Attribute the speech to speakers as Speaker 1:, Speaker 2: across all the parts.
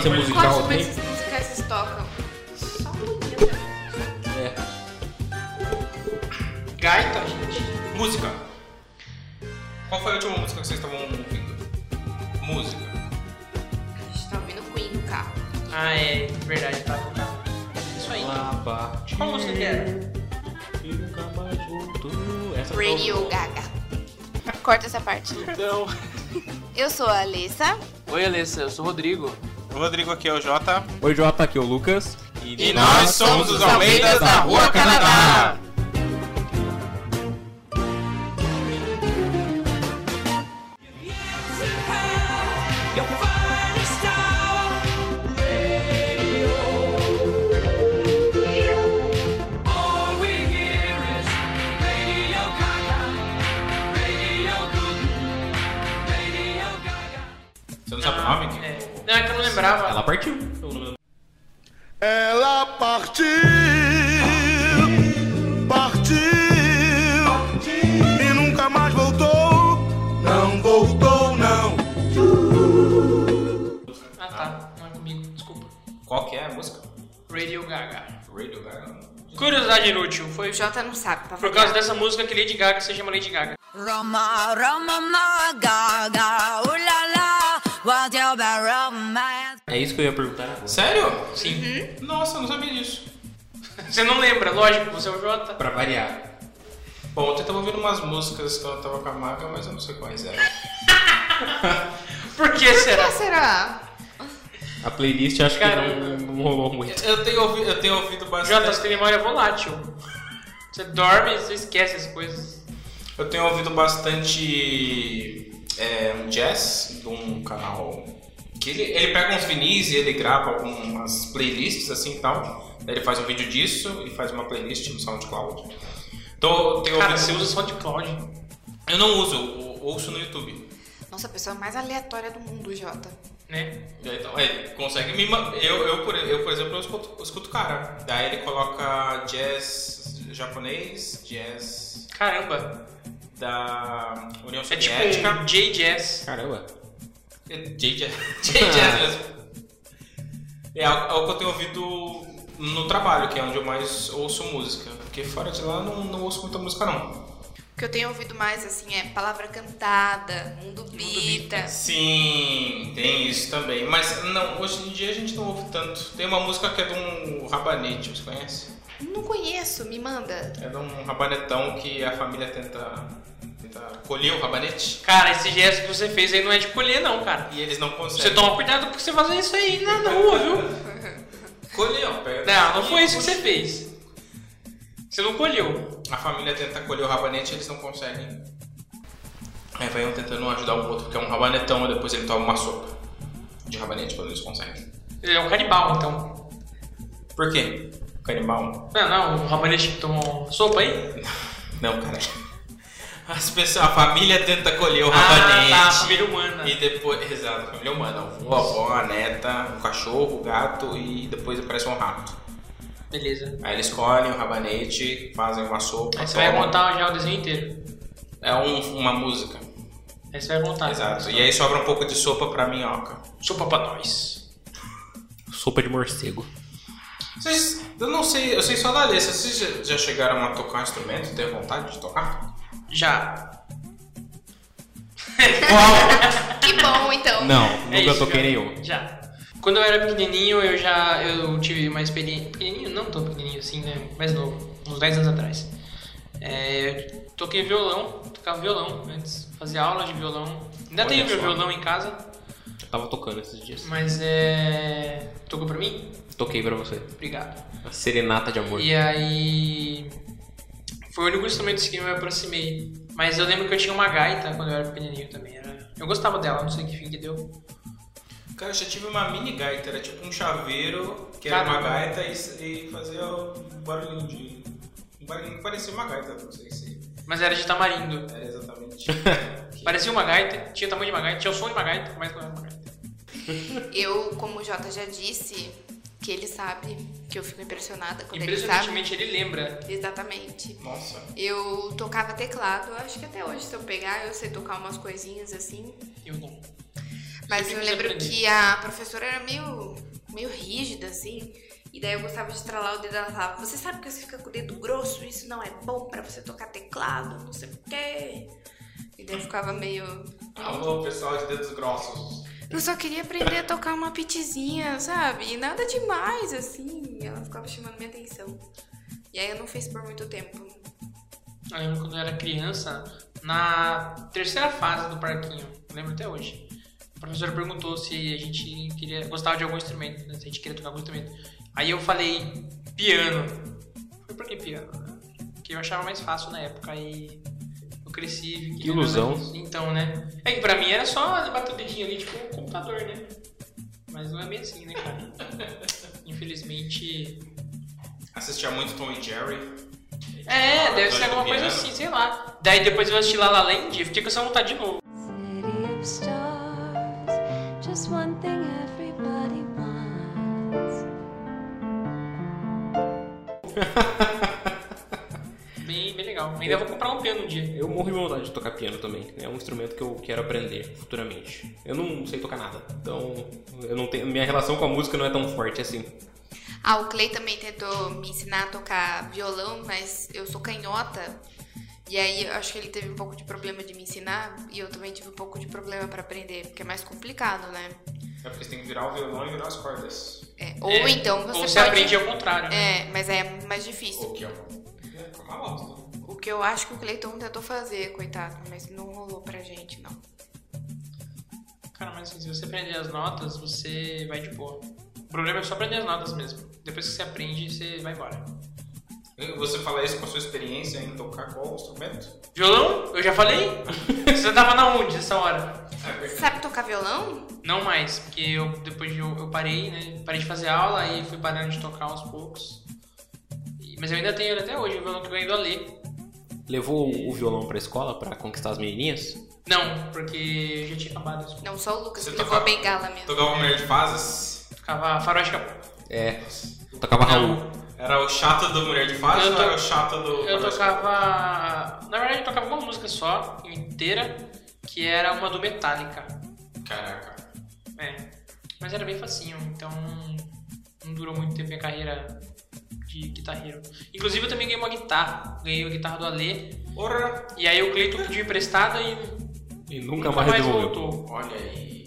Speaker 1: Você
Speaker 2: Quais
Speaker 1: musical tem?
Speaker 2: instrumentos musicais vocês tocam? Só bonita.
Speaker 1: É.
Speaker 3: Gaita, gente. Música. Qual foi a última música que vocês estavam ouvindo? Música.
Speaker 2: A gente tá ouvindo Queen no carro.
Speaker 4: Ah, é verdade, tá com carro. Isso aí.
Speaker 1: Lá bate.
Speaker 4: Qual música que era?
Speaker 1: E nunca mais voltou. Essa tá foi a
Speaker 2: Radio Gaga. Tá Corta essa parte.
Speaker 1: Então.
Speaker 2: Eu sou a Alessa.
Speaker 4: Oi, Alessa, eu sou o Rodrigo.
Speaker 3: O Rodrigo aqui é o Jota.
Speaker 1: Oi, Jota, aqui é o Lucas.
Speaker 3: E nós somos os Almeidas da Rua Canadá. Você não sabe o nome?
Speaker 4: É. Não, é que eu não lembrava.
Speaker 1: Ela partiu.
Speaker 5: Ela partiu, partiu e nunca mais voltou. Não voltou, não.
Speaker 4: Ah, tá. Não é comigo, desculpa.
Speaker 3: Qual que é a música?
Speaker 4: Radio Gaga.
Speaker 3: Radio Gaga.
Speaker 4: Curiosidade inútil, foi
Speaker 2: O Jota não sabe, tá
Speaker 4: por causa dessa música que Lady Gaga se chama Lady Gaga.
Speaker 6: Roma, Roma, ma, Gaga, ooh la la, what's your bad romance?
Speaker 1: É isso que eu ia perguntar agora.
Speaker 3: Sério? Uhum.
Speaker 4: Sim.
Speaker 3: Nossa, eu não sabia disso.
Speaker 4: Você não lembra, lógico, você é o Jota.
Speaker 1: Pra variar.
Speaker 3: Bom, ontem eu tava ouvindo umas músicas que eu tava com a maga, mas eu não sei quais eram.
Speaker 4: Por que
Speaker 2: Qual
Speaker 4: será?
Speaker 2: será?
Speaker 1: A playlist acho
Speaker 4: Cara,
Speaker 1: que não, não rolou muito.
Speaker 3: Eu tenho ouvido, eu tenho ouvido
Speaker 4: Jota, você
Speaker 3: bastante.
Speaker 4: tem memória volátil. Você dorme e você esquece as coisas.
Speaker 3: Eu tenho ouvido bastante é, um jazz de um canal. Que ele, ele pega uns vinis e ele grava algumas playlists assim e tal. Daí ele faz um vídeo disso e faz uma playlist no SoundCloud. Então eu tenho
Speaker 4: Cara,
Speaker 3: ouvido.
Speaker 4: você usa SoundCloud.
Speaker 3: Eu não uso, eu ouço no YouTube.
Speaker 2: Nossa, a pessoa mais aleatória do mundo, Jota.
Speaker 4: Né?
Speaker 3: E aí, Então, ele consegue me. ma- Eu, eu, por, eu, por exemplo, eu escuto, eu escuto o cara. Daí ele coloca jazz japonês, jazz
Speaker 4: Caramba.
Speaker 3: da União
Speaker 4: É tipo
Speaker 3: Soviética.
Speaker 4: um J-Jazz.
Speaker 1: Caramba.
Speaker 3: É J-Jazz. J-Jazz mesmo. É algo, algo que eu tenho ouvido no trabalho, que é onde eu mais ouço música. Porque fora de lá eu não, não ouço muita música, não.
Speaker 2: O que eu tenho ouvido mais, assim, é Palavra Cantada, Mundo Bita.
Speaker 3: Sim, tem isso também. Mas não, hoje em dia a gente não ouve tanto. Tem uma música que é de um rabanete, você conhece?
Speaker 2: Não conheço, me manda.
Speaker 3: É de um rabanetão que a família tenta, tenta colher o rabanete
Speaker 4: Cara, esse gesto que você fez aí não é de colher, não, cara.
Speaker 3: e eles não
Speaker 4: Você
Speaker 3: conseguem.
Speaker 4: toma cuidado porque você fazer isso aí na na rua, viu?
Speaker 3: Colher, ó, pega-
Speaker 4: Não, não foi isso que você fez. Você não colheu.
Speaker 3: A família tenta colher o rabanete e eles não conseguem. Aí vai um tentando ajudar o outro, porque é um rabanetão e depois ele toma uma sopa de rabanete quando eles conseguem.
Speaker 4: Ele é um canibal, então.
Speaker 3: Por quê? é Canibal?
Speaker 4: Não, não, o rabanete que tomou sopa aí?
Speaker 3: Não, cara. As pessoas, a família tenta colher o
Speaker 4: Ah,
Speaker 3: rabanete.
Speaker 4: tá, a família humana.
Speaker 3: E depois, exato, a família humana. O avô, a neta, o cachorro, o gato e depois aparece um rato.
Speaker 4: Beleza.
Speaker 3: Aí eles escolhem o rabanete, fazem uma sopa.
Speaker 4: Aí você vai
Speaker 3: tomam.
Speaker 4: montar já o desenho inteiro.
Speaker 3: É um- uma música.
Speaker 4: Aí você vai montar.
Speaker 3: Exato. E aí sobra um pouco de sopa pra minhoca.
Speaker 4: Sopa pra nós.
Speaker 1: Sopa de morcego.
Speaker 3: Vocês, eu não sei, eu sei só da Alessa. Vocês já- já chegaram a tocar um instrumento? Ter vontade de tocar?
Speaker 4: Já.
Speaker 2: Que bom, então.
Speaker 1: Não,
Speaker 4: É
Speaker 1: nunca
Speaker 4: isso,
Speaker 1: toquei
Speaker 4: já.
Speaker 1: nenhum.
Speaker 4: Já. Quando eu era pequenininho, eu já eu tive uma experiência. Pequenininho, não tão pequenininho assim, né? Mais novo, uns 10 anos atrás. É, eu toquei violão, tocava violão antes, fazia aula de violão. Ainda
Speaker 1: Olha
Speaker 4: tenho meu
Speaker 1: só.
Speaker 4: violão em casa,
Speaker 1: Eu tava tocando esses dias.
Speaker 4: mas é. Tocou pra mim?
Speaker 1: Toquei pra você.
Speaker 4: Obrigado.
Speaker 1: A serenata de amor.
Speaker 4: E aí. Foi o único instrumento que eu me aproximei. Mas eu lembro que eu tinha uma gaita quando eu era pequenininho também. Era... Eu gostava dela, não sei que fim que deu.
Speaker 3: Cara, eu já tive uma mini gaita, era tipo um chaveiro, que era
Speaker 4: Caramba.
Speaker 3: uma gaita e, e fazia um barulhinho de. Um barulhinho que parecia uma gaita, não sei se
Speaker 4: Mas era de tamarindo.
Speaker 3: era exatamente.
Speaker 4: Parecia uma gaita, tinha o tamanho de uma gaita, tinha o som de uma gaita, mas não era uma gaita.
Speaker 2: Eu, como o Jota já disse, que ele sabe, que eu fico impressionada quando ele sabe.
Speaker 4: Impressionantemente ele lembra.
Speaker 2: Exatamente.
Speaker 3: Nossa.
Speaker 2: Eu tocava
Speaker 4: um
Speaker 2: teclado, acho que até hoje, se eu pegar, eu sei tocar umas coisinhas assim.
Speaker 4: Eu não.
Speaker 2: Mas eu
Speaker 4: Sempre quis
Speaker 2: lembro
Speaker 4: aprender.
Speaker 2: que a professora era meio, meio rígida, assim. E daí eu gostava de estralar o dedo. Ela falava: Você sabe que você fica com o dedo grosso? Isso não é bom pra você tocar teclado, não sei o quê. E daí eu ficava meio.
Speaker 3: Alô, pessoal de dedos grossos.
Speaker 2: Eu só queria aprender a tocar uma pitizinha, sabe? E nada demais, assim. Ela ficava chamando minha atenção. E aí eu não fiz por muito tempo.
Speaker 4: Eu lembro quando eu era criança, na terceira fase do parquinho, eu lembro até hoje. A professora perguntou se a gente queria, gostava de algum instrumento, né, se a gente queria tocar algum instrumento. Aí eu falei piano. Foi por que piano? Porque eu achava mais fácil na época e eu cresci. fiquei
Speaker 1: Que
Speaker 4: lembrando
Speaker 1: ilusão.
Speaker 4: disso. Então, né? É que pra mim era só bater o dedinho ali, tipo, um computador, né? Mas não é bem assim, né, cara? Infelizmente,
Speaker 3: Assistia muito Tom e Jerry.
Speaker 4: É, deve
Speaker 3: Dois
Speaker 4: ser
Speaker 3: do
Speaker 4: alguma coisa
Speaker 3: piano.
Speaker 4: assim, sei lá. Daí depois eu assisti La La Land e fiquei com essa vontade de novo.
Speaker 7: City of stars, just one thing everybody wants.
Speaker 4: Bem, bem legal. Ainda vou comprar um piano um dia.
Speaker 1: Eu morro de vontade de tocar piano também. É um instrumento que eu quero aprender futuramente. Eu não sei tocar nada, então eu não tenho, minha relação com a música não é tão forte assim.
Speaker 2: Ah, o Clay também tentou me ensinar a tocar violão, mas eu sou canhota. E aí eu acho que ele teve um pouco de problema de me ensinar. E eu também tive um pouco de problema pra aprender, porque é mais complicado, né?
Speaker 3: É porque você tem que virar o violão e virar as cordas.
Speaker 2: É, ou
Speaker 4: É,
Speaker 2: então você
Speaker 4: Ou
Speaker 2: pode...
Speaker 4: você aprende ao contrário, né?
Speaker 2: É, mas aí é mais difícil.
Speaker 3: O que é uma, é uma bosta.
Speaker 2: O que eu acho que o Cleiton tentou fazer, coitado, mas não rolou pra gente, não.
Speaker 4: Cara, mas assim, se você aprender as notas, você vai de boa. O problema é só aprender as notas mesmo. Depois que você aprende, você vai embora.
Speaker 3: E Você fala isso com a sua experiência em tocar qual instrumento?
Speaker 4: Violão? Eu já falei? você tava na onde essa hora?
Speaker 2: Você sabe tocar violão?
Speaker 4: Não mais, porque eu depois de- eu, eu parei, né? Parei de fazer aula e fui parando de tocar aos poucos. E- Mas eu ainda tenho ele até hoje, o violão que eu ganhei do Alê.
Speaker 1: Levou o violão pra escola pra conquistar as menininhas?
Speaker 4: Não, porque eu já tinha acabado isso.
Speaker 2: Não, só o Lucas
Speaker 3: Você
Speaker 2: que levou
Speaker 3: toca-
Speaker 2: a bengala mesmo.
Speaker 3: Tocava Homem de Fases?
Speaker 4: Ficava faroeste capô.
Speaker 1: É. Tocava Raul.
Speaker 4: Não,
Speaker 3: Era o chato do Mulher de Fases
Speaker 4: Eu
Speaker 3: ou
Speaker 4: to-
Speaker 3: era o chato do...
Speaker 4: eu tocava. Na verdade, eu tocava uma música só, inteira, que era uma do Metallica.
Speaker 3: Caraca.
Speaker 4: É. Mas era bem facinho, então não durou muito tempo minha carreira de guitarreiro. Inclusive, eu também ganhei uma guitarra. Ganhei a guitarra do Alê.
Speaker 3: Ora,
Speaker 4: E aí o Cleiton pediu emprestada e
Speaker 1: E nunca, mais, devolveu.
Speaker 4: voltou.
Speaker 3: olha aí.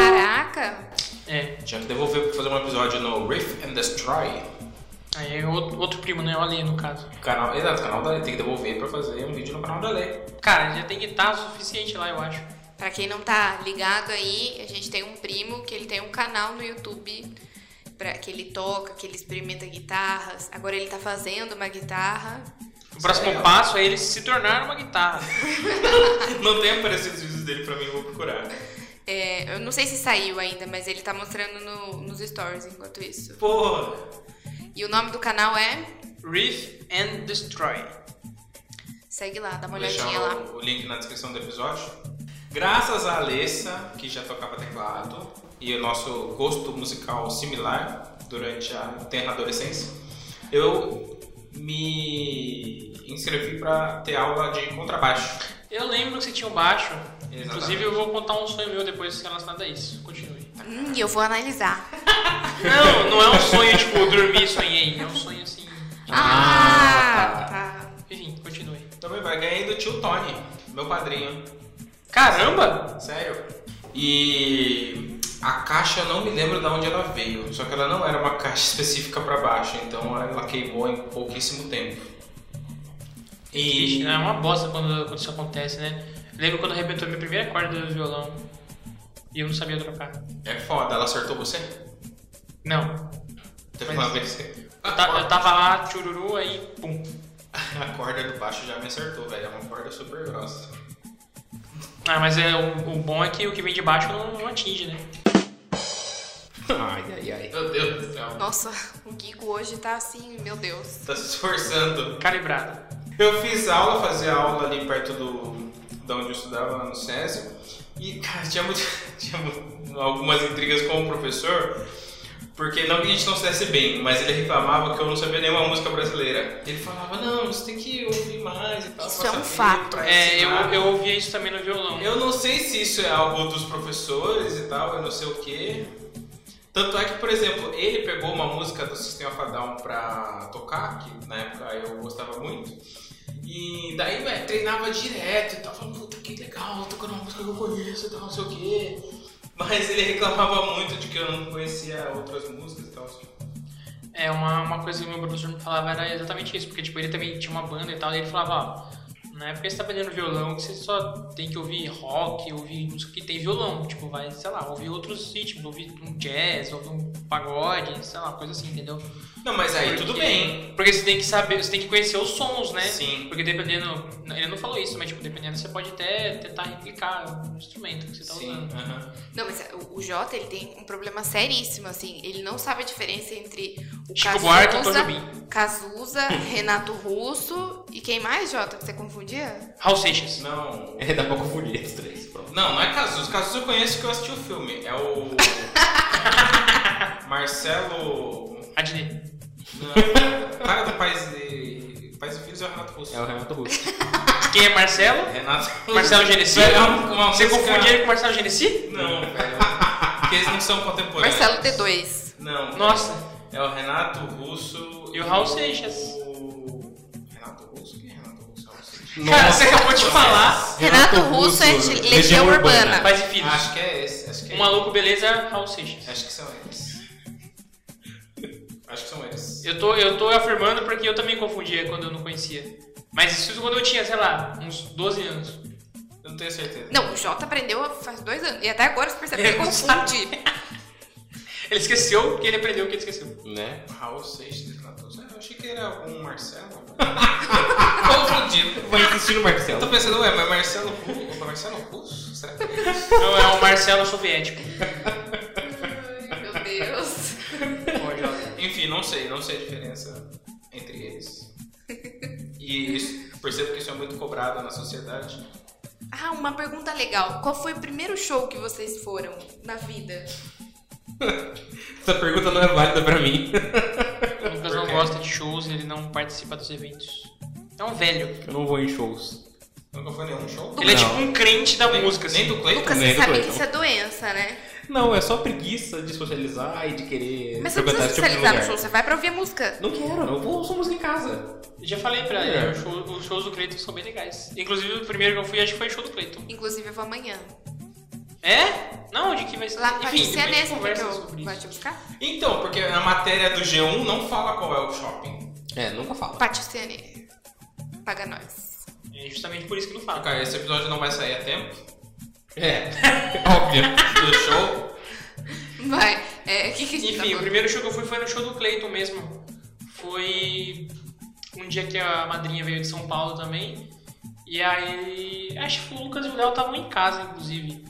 Speaker 2: Caraca!
Speaker 4: É.
Speaker 3: Tinha que devolver pra fazer um episódio no Riff and Destroy.
Speaker 4: Aí é outro, outro primo, né? O Alê, no caso.
Speaker 3: Canal, exato, canal da Lê. Tem que devolver pra fazer um vídeo no canal da Lê.
Speaker 4: Cara, já tem guitarra suficiente lá, eu acho.
Speaker 2: Pra quem não tá ligado aí, a gente tem um primo que ele tem um canal no YouTube pra, que ele toca, que ele experimenta guitarras. Agora ele tá fazendo uma guitarra.
Speaker 4: O próximo
Speaker 3: Sério?
Speaker 4: passo é ele se tornar uma guitarra.
Speaker 3: Não tem aparecido os vídeos dele pra mim, eu vou procurar.
Speaker 2: É, eu não sei se saiu ainda, mas ele tá mostrando no- nos stories enquanto isso.
Speaker 3: Porra!
Speaker 2: E o nome do canal é.
Speaker 4: Reef and Destroy.
Speaker 2: Segue lá, dá uma
Speaker 3: Vou
Speaker 2: olhadinha
Speaker 3: deixar
Speaker 2: lá.
Speaker 3: o, o link na descrição do episódio. Graças a Alessa, que já tocava teclado, e o nosso gosto musical similar durante a tenra adolescência, eu me inscrevi para ter aula de contrabaixo.
Speaker 4: Eu lembro que você tinha um baixo.
Speaker 3: Exatamente.
Speaker 4: Inclusive, eu vou contar um sonho meu depois relacionado a isso. Continue.
Speaker 2: Hum, e eu vou analisar.
Speaker 4: Não, não é um sonho tipo eu dormi e sonhei. É um sonho assim.
Speaker 2: Ah, tá.
Speaker 4: Enfim, continue.
Speaker 3: Também vai Então, ganhei do tio Tony, meu padrinho.
Speaker 4: Caramba!
Speaker 3: Tá Sério? E a caixa eu não me lembro de onde ela veio, só que ela não era uma caixa específica para baixo, então ela queimou em pouquíssimo tempo.
Speaker 4: Ixi,
Speaker 3: E
Speaker 4: É uma bosta quando, quando isso acontece, né? Eu lembro quando arrebentou minha primeira corda do violão e eu não sabia trocar.
Speaker 3: é foda, ela acertou você?
Speaker 4: Não.
Speaker 3: Teve
Speaker 4: Mas-
Speaker 3: uma vez que
Speaker 4: Eu, ta- eu tá. tava lá, chururu, aí pum.
Speaker 3: a corda do baixo já me acertou, velho. É uma corda super grossa.
Speaker 4: Ah, mas é, o, o bom é que o que vem de baixo não, não atinge, né?
Speaker 1: Ai, ai, ai.
Speaker 3: Meu Deus do céu.
Speaker 2: Nossa, o Guigo hoje tá assim, meu Deus.
Speaker 3: Tá se esforçando.
Speaker 4: Calibrado.
Speaker 3: Eu fiz aula, fazia aula ali perto do da onde eu estudava, lá no SESI. E, cara, tinha, muito, tinha mu- algumas intrigas com o professor, Porque não que a gente não se desse bem, mas ele reclamava que eu não sabia nenhuma música brasileira. Ele falava, não, você tem que ouvir mais e tal.
Speaker 2: Isso
Speaker 3: pra
Speaker 2: é um
Speaker 3: saber,
Speaker 2: fato. né?"
Speaker 3: pra
Speaker 4: É, eu,
Speaker 3: ensinar."
Speaker 4: eu ouvia isso também no violão.
Speaker 3: Eu não sei se isso é algo dos professores e tal, eu não sei o que. Tanto é que, por exemplo, ele pegou uma música do Sistema Fadão pra tocar, que na época eu gostava muito. E daí, velho, treinava direto e tal. Falando, puta, que legal, tocando uma música que eu conheço e tal, não sei o que. Mas ele reclamava muito de que eu não conhecia outras músicas e tal. assim.
Speaker 4: É, uma, uma coisa que meu professor me falava era exatamente isso, porque tipo, ele também tinha uma banda e tal, e ele falava, ó, na época que você tá aprendendo violão, que você só tem que ouvir rock, ouvir música que tem violão, tipo, vai, sei lá, ouvir outros ritmos, ouvir um jazz, ouvir um pagode, sei lá, coisa assim, entendeu?
Speaker 3: Não, mas aí É, tudo
Speaker 4: Porque-
Speaker 3: bem.
Speaker 4: Porque você tem que saber, você tem que conhecer os sons, né?
Speaker 3: Sim.
Speaker 4: Porque dependendo, ele não falou isso, mas tipo, dependendo você pode até tentar replicar o instrumento que você tá
Speaker 3: Sim,
Speaker 4: usando.
Speaker 3: aham.
Speaker 2: Não, mas é, o- o Jota, ele tem um problema seríssimo, assim. Ele não sabe a diferença entre o
Speaker 4: Chico
Speaker 2: Cazuza,
Speaker 4: Buarque e Tom Jobim.
Speaker 2: Cazuza, Renato Russo e quem mais, Jota, que você confundia?
Speaker 4: Raul Seixas.
Speaker 3: Não,
Speaker 1: É, dá pra confundir os três, pronto.
Speaker 3: Não, não é Cazuza. Cazuza eu conheço que eu assisti o filme. É o. Marcelo.
Speaker 4: Adnet.
Speaker 3: Não, cara do Pais e. Pais e Filhos é o Renato Russo.
Speaker 1: É o Renato Russo.
Speaker 4: Quem é Marcelo?
Speaker 3: Renato
Speaker 4: Marcelo Genesi?
Speaker 3: Velho, é uma- uma
Speaker 4: Você
Speaker 3: música-
Speaker 4: confunde ele com Marcelo Genesi?
Speaker 3: Não, velho. Porque eles não são contemporâneos.
Speaker 2: Marcelo T2.
Speaker 3: Não.
Speaker 4: Nossa.
Speaker 3: É o Renato Russo.
Speaker 4: E o Raul Seixas.
Speaker 3: O. Renato Russo? Quem é Renato Russo? Raul Seixas.
Speaker 4: Cara, você acabou de falar.
Speaker 2: Renato, Russo, é de Legião Urbana.
Speaker 4: Pais e filhos.
Speaker 3: Acho que é esse. Acho que é
Speaker 4: O maluco beleza é Raul Seixas.
Speaker 3: esse. Acho que são eles. Acho que são eles.
Speaker 4: Eu tô, eu tô afirmando porque eu também confundia quando eu não conhecia. Mas isso quando eu tinha, sei lá, uns 12 anos.
Speaker 3: Eu não tenho certeza.
Speaker 2: Não, o Jota aprendeu faz dois anos. E até agora você percebe que ele
Speaker 4: Eu não
Speaker 2: confunde.
Speaker 4: Ele esqueceu que ele aprendeu o que ele esqueceu.
Speaker 1: Né?
Speaker 3: Raul Seixas e Renato Russo. É, Eu achei que era algum Marcelo. Confundido.
Speaker 1: Vai insistir no
Speaker 3: Eu
Speaker 1: Marcelo.
Speaker 3: tô pensando, ué, mas Marcelo Russo? Marcelo Russo? Será que é isso?
Speaker 4: Não, é o Marcelo soviético.
Speaker 2: Ai, Meu Deus.
Speaker 4: Ó, Jota.
Speaker 3: Enfim, não sei, não sei a diferença entre eles. E isso, percebo que isso é muito cobrado na sociedade.
Speaker 2: Ah, uma pergunta legal. Qual foi o primeiro show que vocês foram na vida?
Speaker 1: Essa pergunta não é válida pra mim.
Speaker 4: O Lucas não gosta de shows, ele não participa dos eventos. É um velho.
Speaker 1: Eu não vou em shows.
Speaker 3: Nunca foi nenhum show?
Speaker 4: Ele é
Speaker 1: Não.
Speaker 4: tipo um crente da
Speaker 3: Nem-
Speaker 4: música,
Speaker 3: Nem
Speaker 4: assim.
Speaker 3: do Cleiton?
Speaker 2: Lucas,
Speaker 1: nem
Speaker 2: você
Speaker 1: do
Speaker 2: sabe que
Speaker 1: Cleiton.
Speaker 2: isso é doença, né?
Speaker 1: Não, é só preguiça de socializar e de querer
Speaker 2: Mas você não
Speaker 1: frequentar
Speaker 2: precisa
Speaker 1: esse tipo de
Speaker 2: socializar
Speaker 1: lugar.
Speaker 2: no show, você vai pra ouvir a música.
Speaker 1: Não quero, eu vou ouvir música em casa.
Speaker 4: Já falei pra
Speaker 1: É.
Speaker 4: ele, os shows, os shows do Cleiton são bem legais. Inclusive, o primeiro que eu fui, acho que foi o show do Cleiton.
Speaker 2: Inclusive, eu vou amanhã.
Speaker 4: É? Não, onde que vai ser?
Speaker 2: Lá no
Speaker 4: Enfim,
Speaker 2: Patricia
Speaker 4: depois a gente
Speaker 2: Nesp, que
Speaker 4: conversa
Speaker 2: eu
Speaker 4: sobre
Speaker 2: vou
Speaker 4: isso.
Speaker 2: te buscar.
Speaker 3: Então, porque a matéria do G1 não fala qual é o shopping.
Speaker 1: É, nunca fala.
Speaker 2: Patricia Nesp. Paga nós.
Speaker 4: É justamente por isso que não falo.
Speaker 3: Ah, Cara, esse episódio não vai sair a tempo
Speaker 1: É, óbvio.
Speaker 3: do show.
Speaker 2: Vai. É, o que que a gente tá
Speaker 4: Enfim, o
Speaker 2: falando?
Speaker 4: primeiro show que eu fui foi no show do Cleiton mesmo. Foi um dia que a madrinha veio de São Paulo também. E aí, acho que o Lucas e o Léo estavam em casa, inclusive.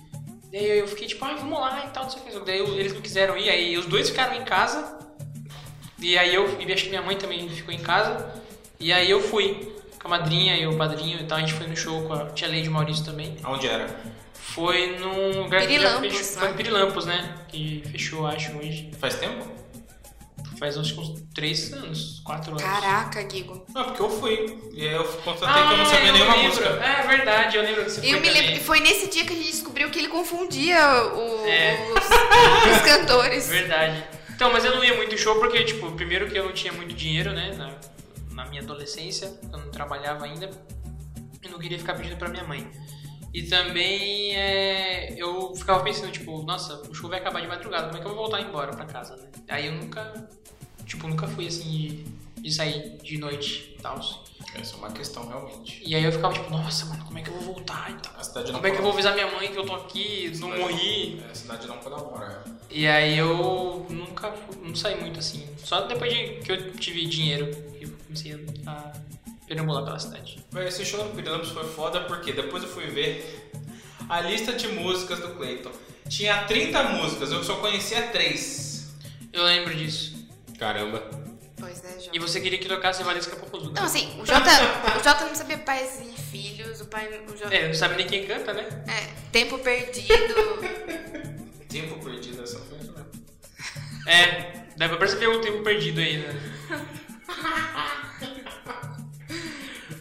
Speaker 4: Daí eu fiquei tipo, ah, vamos lá e tal, não sei o que. Daí eu- eles não quiseram ir, aí os dois ficaram em casa. E aí eu, e acho que minha mãe também ficou em casa. E aí eu fui com a madrinha e o padrinho e tal. A gente foi no show com a tia Lady Maurício também.
Speaker 3: Aonde era?
Speaker 4: Foi num lugar que já
Speaker 2: Pirilampos,
Speaker 4: fechou.
Speaker 2: né?
Speaker 4: Foi no Pirilampos, né? Que fechou, acho, hoje.
Speaker 3: Faz tempo?
Speaker 4: Faz acho que uns 3 anos, 4 anos.
Speaker 2: Caraca, Guigo.
Speaker 3: Não, porque eu fui. E aí eu constatei que
Speaker 4: Ah,
Speaker 3: eu não sabia nenhuma
Speaker 4: lembro.
Speaker 3: música.
Speaker 4: É verdade, eu lembro que você foi
Speaker 2: Eu me lembro
Speaker 4: também.
Speaker 2: que foi nesse dia que a gente descobriu que ele confundia o-
Speaker 4: É.
Speaker 2: os, os cantores.
Speaker 4: Verdade. Então, mas eu não ia muito em show porque, tipo, primeiro que eu não tinha muito dinheiro, né? Na, na minha adolescência, eu não trabalhava ainda. Eu não queria ficar pedindo pra minha mãe. E também é, eu ficava pensando, tipo, nossa, o show vai acabar de madrugada, como é que eu vou voltar embora pra casa, né? Aí eu nunca, tipo, nunca fui assim de, de sair de noite e tal.
Speaker 3: Essa é uma questão, realmente.
Speaker 4: E aí eu ficava tipo, nossa, mano, como é que eu vou voltar e tal?
Speaker 3: A cidade não
Speaker 4: Como é que eu vou
Speaker 3: colabora.
Speaker 4: avisar minha mãe que eu tô aqui, não morri?
Speaker 3: É, A cidade não colabora.
Speaker 4: E aí eu nunca fu- não saí muito assim. Só depois de que eu tive dinheiro que eu comecei a perambular pela cidade.
Speaker 3: Véi, Esse show do Pirilampos foi foda porque depois eu fui ver a lista de músicas do Clayton. Tinha 30 músicas, eu só conhecia 3.
Speaker 4: Eu lembro disso.
Speaker 1: Caramba.
Speaker 2: Pois é, Jota.
Speaker 4: E você queria que tocasse Valesca Popozuda.
Speaker 2: Não, assim, o Jota, o Jota não sabia pais e filhos, o pai. O Jota,
Speaker 4: É, não sabe nem quem canta, né?
Speaker 2: é, tempo perdido.
Speaker 3: Tempo perdido essa coisa, né?
Speaker 4: É. Dá pra perceber o tempo perdido aí, né?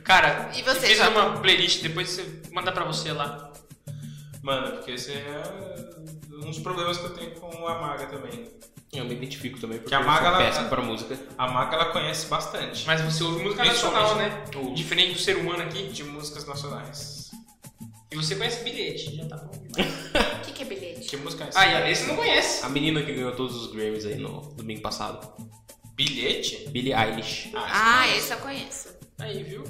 Speaker 4: Cara,
Speaker 2: E você,
Speaker 4: fiz
Speaker 2: Jota?
Speaker 4: uma playlist, depois você manda pra você lá.
Speaker 3: Mano, porque esse é um dos problemas que eu tenho com a Maga também.
Speaker 1: Eu me identifico também porque
Speaker 3: Que a Maga,
Speaker 1: eu sou
Speaker 3: ela-
Speaker 1: péssimo pra música.
Speaker 3: A Maga, ela conhece bastante
Speaker 4: Mas você ouve música
Speaker 3: Principalmente
Speaker 4: nacional, né?
Speaker 3: o-
Speaker 4: Diferente do ser humano aqui.
Speaker 3: de músicas nacionais.
Speaker 4: E você conhece bilhete, já tá bom.
Speaker 2: O que, que é bilhete?
Speaker 3: Que música é essa?
Speaker 4: ah, e a- esse não conhece.
Speaker 1: A menina que ganhou todos os Grammys aí no domingo passado.
Speaker 3: Bilhete?
Speaker 1: Billie Eilish.
Speaker 2: Ah, esse eu conheço.
Speaker 4: Aí, viu?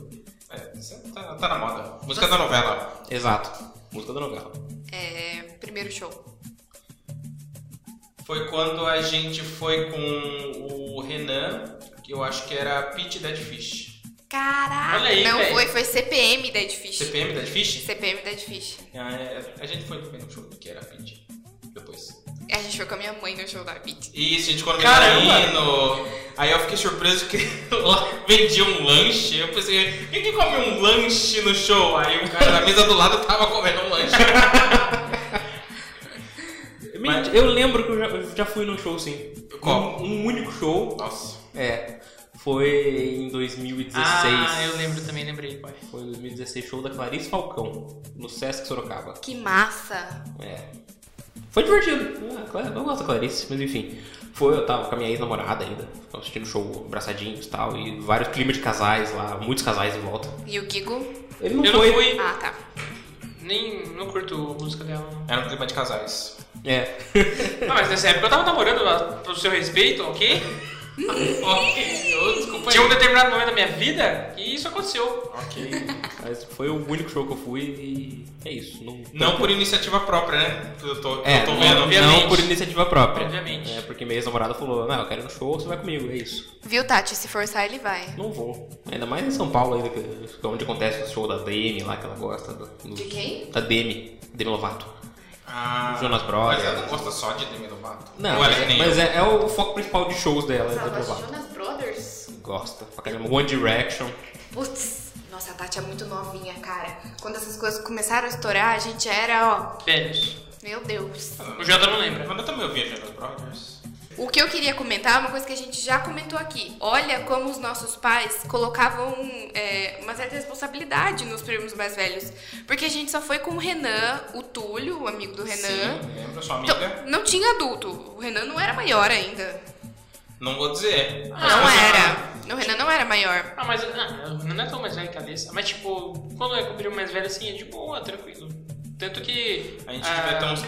Speaker 3: É, isso tá, tá na moda. Música da novela.
Speaker 1: Exato. Música da novela.
Speaker 2: É, primeiro show.
Speaker 3: Foi quando a gente foi com o Renan, que eu acho que era Pete Dead Fish.
Speaker 2: Caraca,
Speaker 4: Olha aí,
Speaker 2: não
Speaker 4: velho.
Speaker 2: foi, foi CPM Dead Fish.
Speaker 3: CPM Dead Fish?
Speaker 2: CPM Dead Fish.
Speaker 3: Ah, é, a gente foi também no show que era Pete. Depois.
Speaker 2: A gente foi com a minha mãe no show da Beat.
Speaker 3: Isso, a gente quando
Speaker 4: Caramba!
Speaker 3: Aí eu fiquei surpreso que lá vendia um lanche. Eu pensei, quem que come um lanche no show? Aí o cara da mesa do lado tava comendo um lanche. Mas-
Speaker 1: Eu lembro que eu já, eu já fui num show sim.
Speaker 3: Qual?
Speaker 1: Um, um único show.
Speaker 3: Nossa.
Speaker 1: É. Foi em 2016.
Speaker 4: Ah, eu lembro também, lembrei, pai.
Speaker 1: Foi em 2016, show da Clarice Falcão, no Sesc Sorocaba.
Speaker 2: Que massa!
Speaker 1: É. Foi divertido. Ah, claro, eu gosto da Clarice, mas enfim. Foi, eu tava com a minha ex-namorada ainda. Tava assistindo show abraçadinhos e tal. E vários climas de casais lá, muitos casais em volta.
Speaker 2: E o Gigo?
Speaker 1: Ele não
Speaker 4: eu
Speaker 1: foi.
Speaker 4: não fui,
Speaker 2: Ah, tá.
Speaker 4: nem não curto a música dela. não.
Speaker 3: Era um clima de casais.
Speaker 1: É.
Speaker 4: Ah, mas nessa época eu tava namorando, ah, pro seu respeito, ok?
Speaker 3: ok, eu- desculpa aí.
Speaker 4: Tinha um determinado momento da minha vida que isso aconteceu.
Speaker 3: Ok.
Speaker 1: mas foi o único show que eu fui e. É isso. Não,
Speaker 3: Não por iniciativa própria, né? Que Eu tô,
Speaker 1: É,
Speaker 3: eu tô
Speaker 1: não-
Speaker 3: vendo.
Speaker 4: obviamente.
Speaker 1: não por iniciativa própria.
Speaker 4: Obviamente.
Speaker 1: É, porque minha ex-namorada falou, não, eu quero ir no show, você vai comigo, é isso.
Speaker 2: Viu, Tati? Se forçar, ele vai.
Speaker 1: Não vou. Ainda mais em São Paulo, ainda, que que é onde acontece o show da DM lá, que ela gosta. do- do-
Speaker 2: De quem?
Speaker 1: Da DM. Demi Lovato.
Speaker 3: Ah,
Speaker 1: Jonas Brothers.
Speaker 3: Mas ela não gosta só de Demi Lovato.
Speaker 1: Não,
Speaker 3: Ou ela
Speaker 1: mas,
Speaker 3: um- que
Speaker 1: é,
Speaker 3: nem
Speaker 1: mas
Speaker 3: eu.
Speaker 1: é- é o foco principal de shows dela, é Demi Lovato.
Speaker 2: Jonas Brothers?
Speaker 1: Gosta. Pra caramba. One Direction.
Speaker 2: Putz, nossa, a Tati é muito novinha, cara. Quando essas coisas começaram a estourar, a gente era, ó,
Speaker 4: Velhos.
Speaker 2: meu Deus.
Speaker 4: O Jota não lembra.
Speaker 3: Mas eu também ouvia Jonas Brothers.
Speaker 2: O que eu queria comentar é uma coisa que a gente já comentou aqui. Olha como os nossos pais colocavam é, uma certa responsabilidade nos primos mais velhos. Porque a gente só foi com o Renan, o Túlio, o amigo do Renan.
Speaker 3: Sim, lembra? Sua amiga.
Speaker 2: Então, não tinha adulto. O Renan não era maior ainda.
Speaker 3: Não vou dizer.
Speaker 2: Não era. O Renan não era maior.
Speaker 4: Ah, mas ah, não é tão mais velho que a cabeça. Mas tipo, quando é cobrir o mais velho assim, é de boa, tranquilo. Tanto que.
Speaker 3: A gente
Speaker 4: ah,
Speaker 3: devia ter uns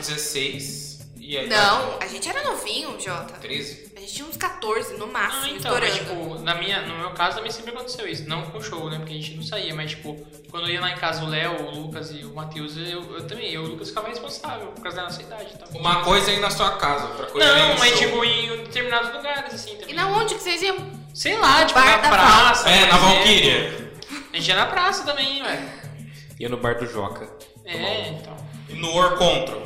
Speaker 3: 16 e aí...
Speaker 2: Não, a gente era novinho, Jota.
Speaker 3: 13?
Speaker 2: A gente tinha uns 14 no
Speaker 4: Não,
Speaker 2: máximo,
Speaker 4: então, mas,
Speaker 2: Ah, estourando.
Speaker 4: tipo, na minha, no meu caso também sempre aconteceu isso. Não com show, né? Porque a gente não saía, mas, tipo, quando eu ia lá em casa o Léo, o Lucas e o Matheus, eu, eu também, eu e o Lucas ficava responsável por causa da nossa idade. e tal.
Speaker 3: Uma coisa aí na sua casa, outra coisa aí
Speaker 4: Não,
Speaker 3: no
Speaker 4: mas,
Speaker 3: show.
Speaker 4: tipo, em determinados lugares, assim, também.
Speaker 2: E na onde que vocês iam?
Speaker 4: Sei lá, tipo,
Speaker 2: Bar
Speaker 4: na
Speaker 2: da
Speaker 4: praça.
Speaker 3: É,
Speaker 4: por
Speaker 3: na
Speaker 4: exemplo.
Speaker 3: Valkyria.
Speaker 4: A gente ia na praça também, ué.
Speaker 1: E eu no bar do Joca.
Speaker 3: Tá
Speaker 4: É, então.
Speaker 3: E No Or Control.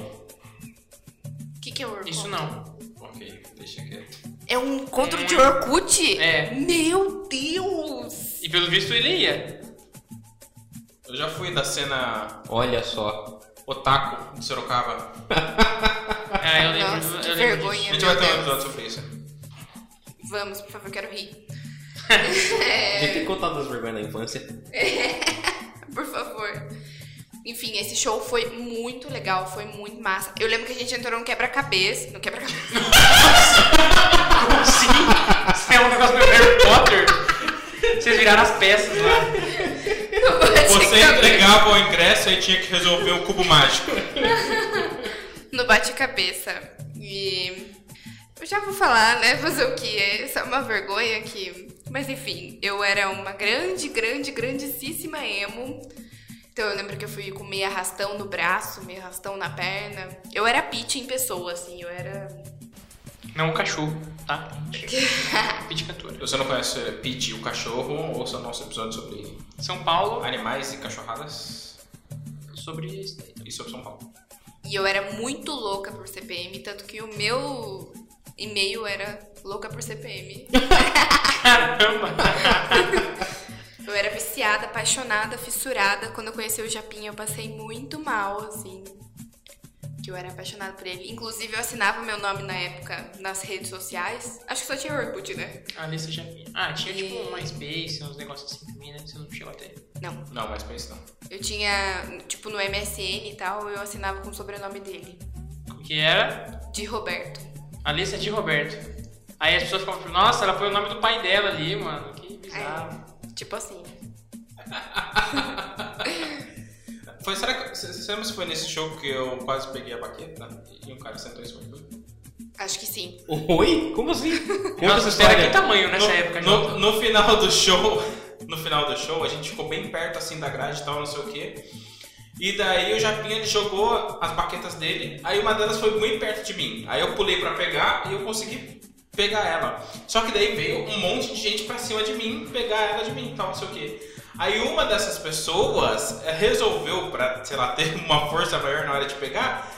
Speaker 2: O que, que é Orkut?
Speaker 4: Isso não.
Speaker 3: Ok, deixa quieto.
Speaker 2: É um encontro de Orkut?
Speaker 4: É.
Speaker 2: Meu Deus!
Speaker 4: E pelo visto ele ia.
Speaker 3: Eu já fui da cena
Speaker 1: Olha só.
Speaker 3: otaku de Sorocaba.
Speaker 4: É, eu lembro.
Speaker 2: Nossa,
Speaker 4: eu
Speaker 2: que
Speaker 4: lembro
Speaker 2: vergonha.
Speaker 3: A gente vai
Speaker 2: meu
Speaker 3: ter um
Speaker 2: Deus.
Speaker 3: episódio sobre isso.
Speaker 2: Vamos, por favor, quero rir. É.
Speaker 1: Devia ter contado as vergonhas da infância.
Speaker 2: Por favor. Enfim, esse show foi muito legal, foi muito massa. Eu lembro que a gente entrou no quebra-cabeça. No quebra-cabeça.
Speaker 4: disso. Sim, isso é um negócio do Harry Potter. Vocês viraram as peças lá.
Speaker 3: Você entregava o ingresso e tinha que resolver o cubo mágico.
Speaker 2: No bate-cabeça. E. Eu já vou falar, né? Fazer o quê? É só uma vergonha que. Mas enfim, eu era uma grande, grande, grandíssima emo. Então eu lembro que eu fui com meio arrastão no braço, meio arrastão na perna. Eu era Pete em pessoa, assim, eu era.
Speaker 4: Não um cachorro, tá? Pede cantora.
Speaker 3: Se você não conhece é, Pete e o cachorro, ouça o nosso episódio sobre
Speaker 4: São Paulo, é
Speaker 3: animais e cachorradas
Speaker 4: sobre isso daí.
Speaker 3: e sobre São Paulo.
Speaker 2: E eu era muito louca por CPM, tanto que o meu e-mail era louca por CPM.
Speaker 4: Caramba!
Speaker 2: Eu era viciada, apaixonada, fissurada. Quando eu conheci o Japinha, eu passei muito mal, assim. que eu era apaixonada por ele. Inclusive, eu assinava meu nome na época nas redes sociais. Acho que só tinha Orkut, né?
Speaker 4: Ah, nesse já vi. Ah, tinha
Speaker 2: E-
Speaker 4: tipo um MySpace, uns negócios assim também, né? Você não chegou até.
Speaker 2: Não.
Speaker 3: Não, mas pensa não.
Speaker 2: Eu tinha, tipo, no MSN e tal, eu assinava com o sobrenome dele.
Speaker 4: Como que era?
Speaker 2: De Roberto.
Speaker 4: Alicia de Roberto. Aí as pessoas ficavam tipo, nossa, ela põe o nome do pai dela ali, mano. Que bizarro.
Speaker 2: É, tipo assim.
Speaker 3: Foi, será que, você você lembra se foi nesse show que eu quase peguei a baqueta e um cara sentou em cima de mim?
Speaker 2: Acho que sim.
Speaker 1: Oi? Como assim? Conta essa
Speaker 4: Nossa, você era
Speaker 1: história.
Speaker 3: tá-
Speaker 4: que tamanho nessa
Speaker 3: no,
Speaker 4: época, Jota?
Speaker 3: no, no final do show, no final do show, a gente ficou bem perto assim da grade e tal, não sei o quê. E daí o Japinha ele jogou as baquetas dele, aí uma delas foi muito perto de mim. Aí eu pulei pra pegar e eu consegui pegar ela. Só que daí veio um monte de gente pra cima de mim, pegar ela de mim e tal, não sei o quê. Aí uma dessas pessoas eh, resolveu, pra, sei lá, ter uma força maior na hora de pegar.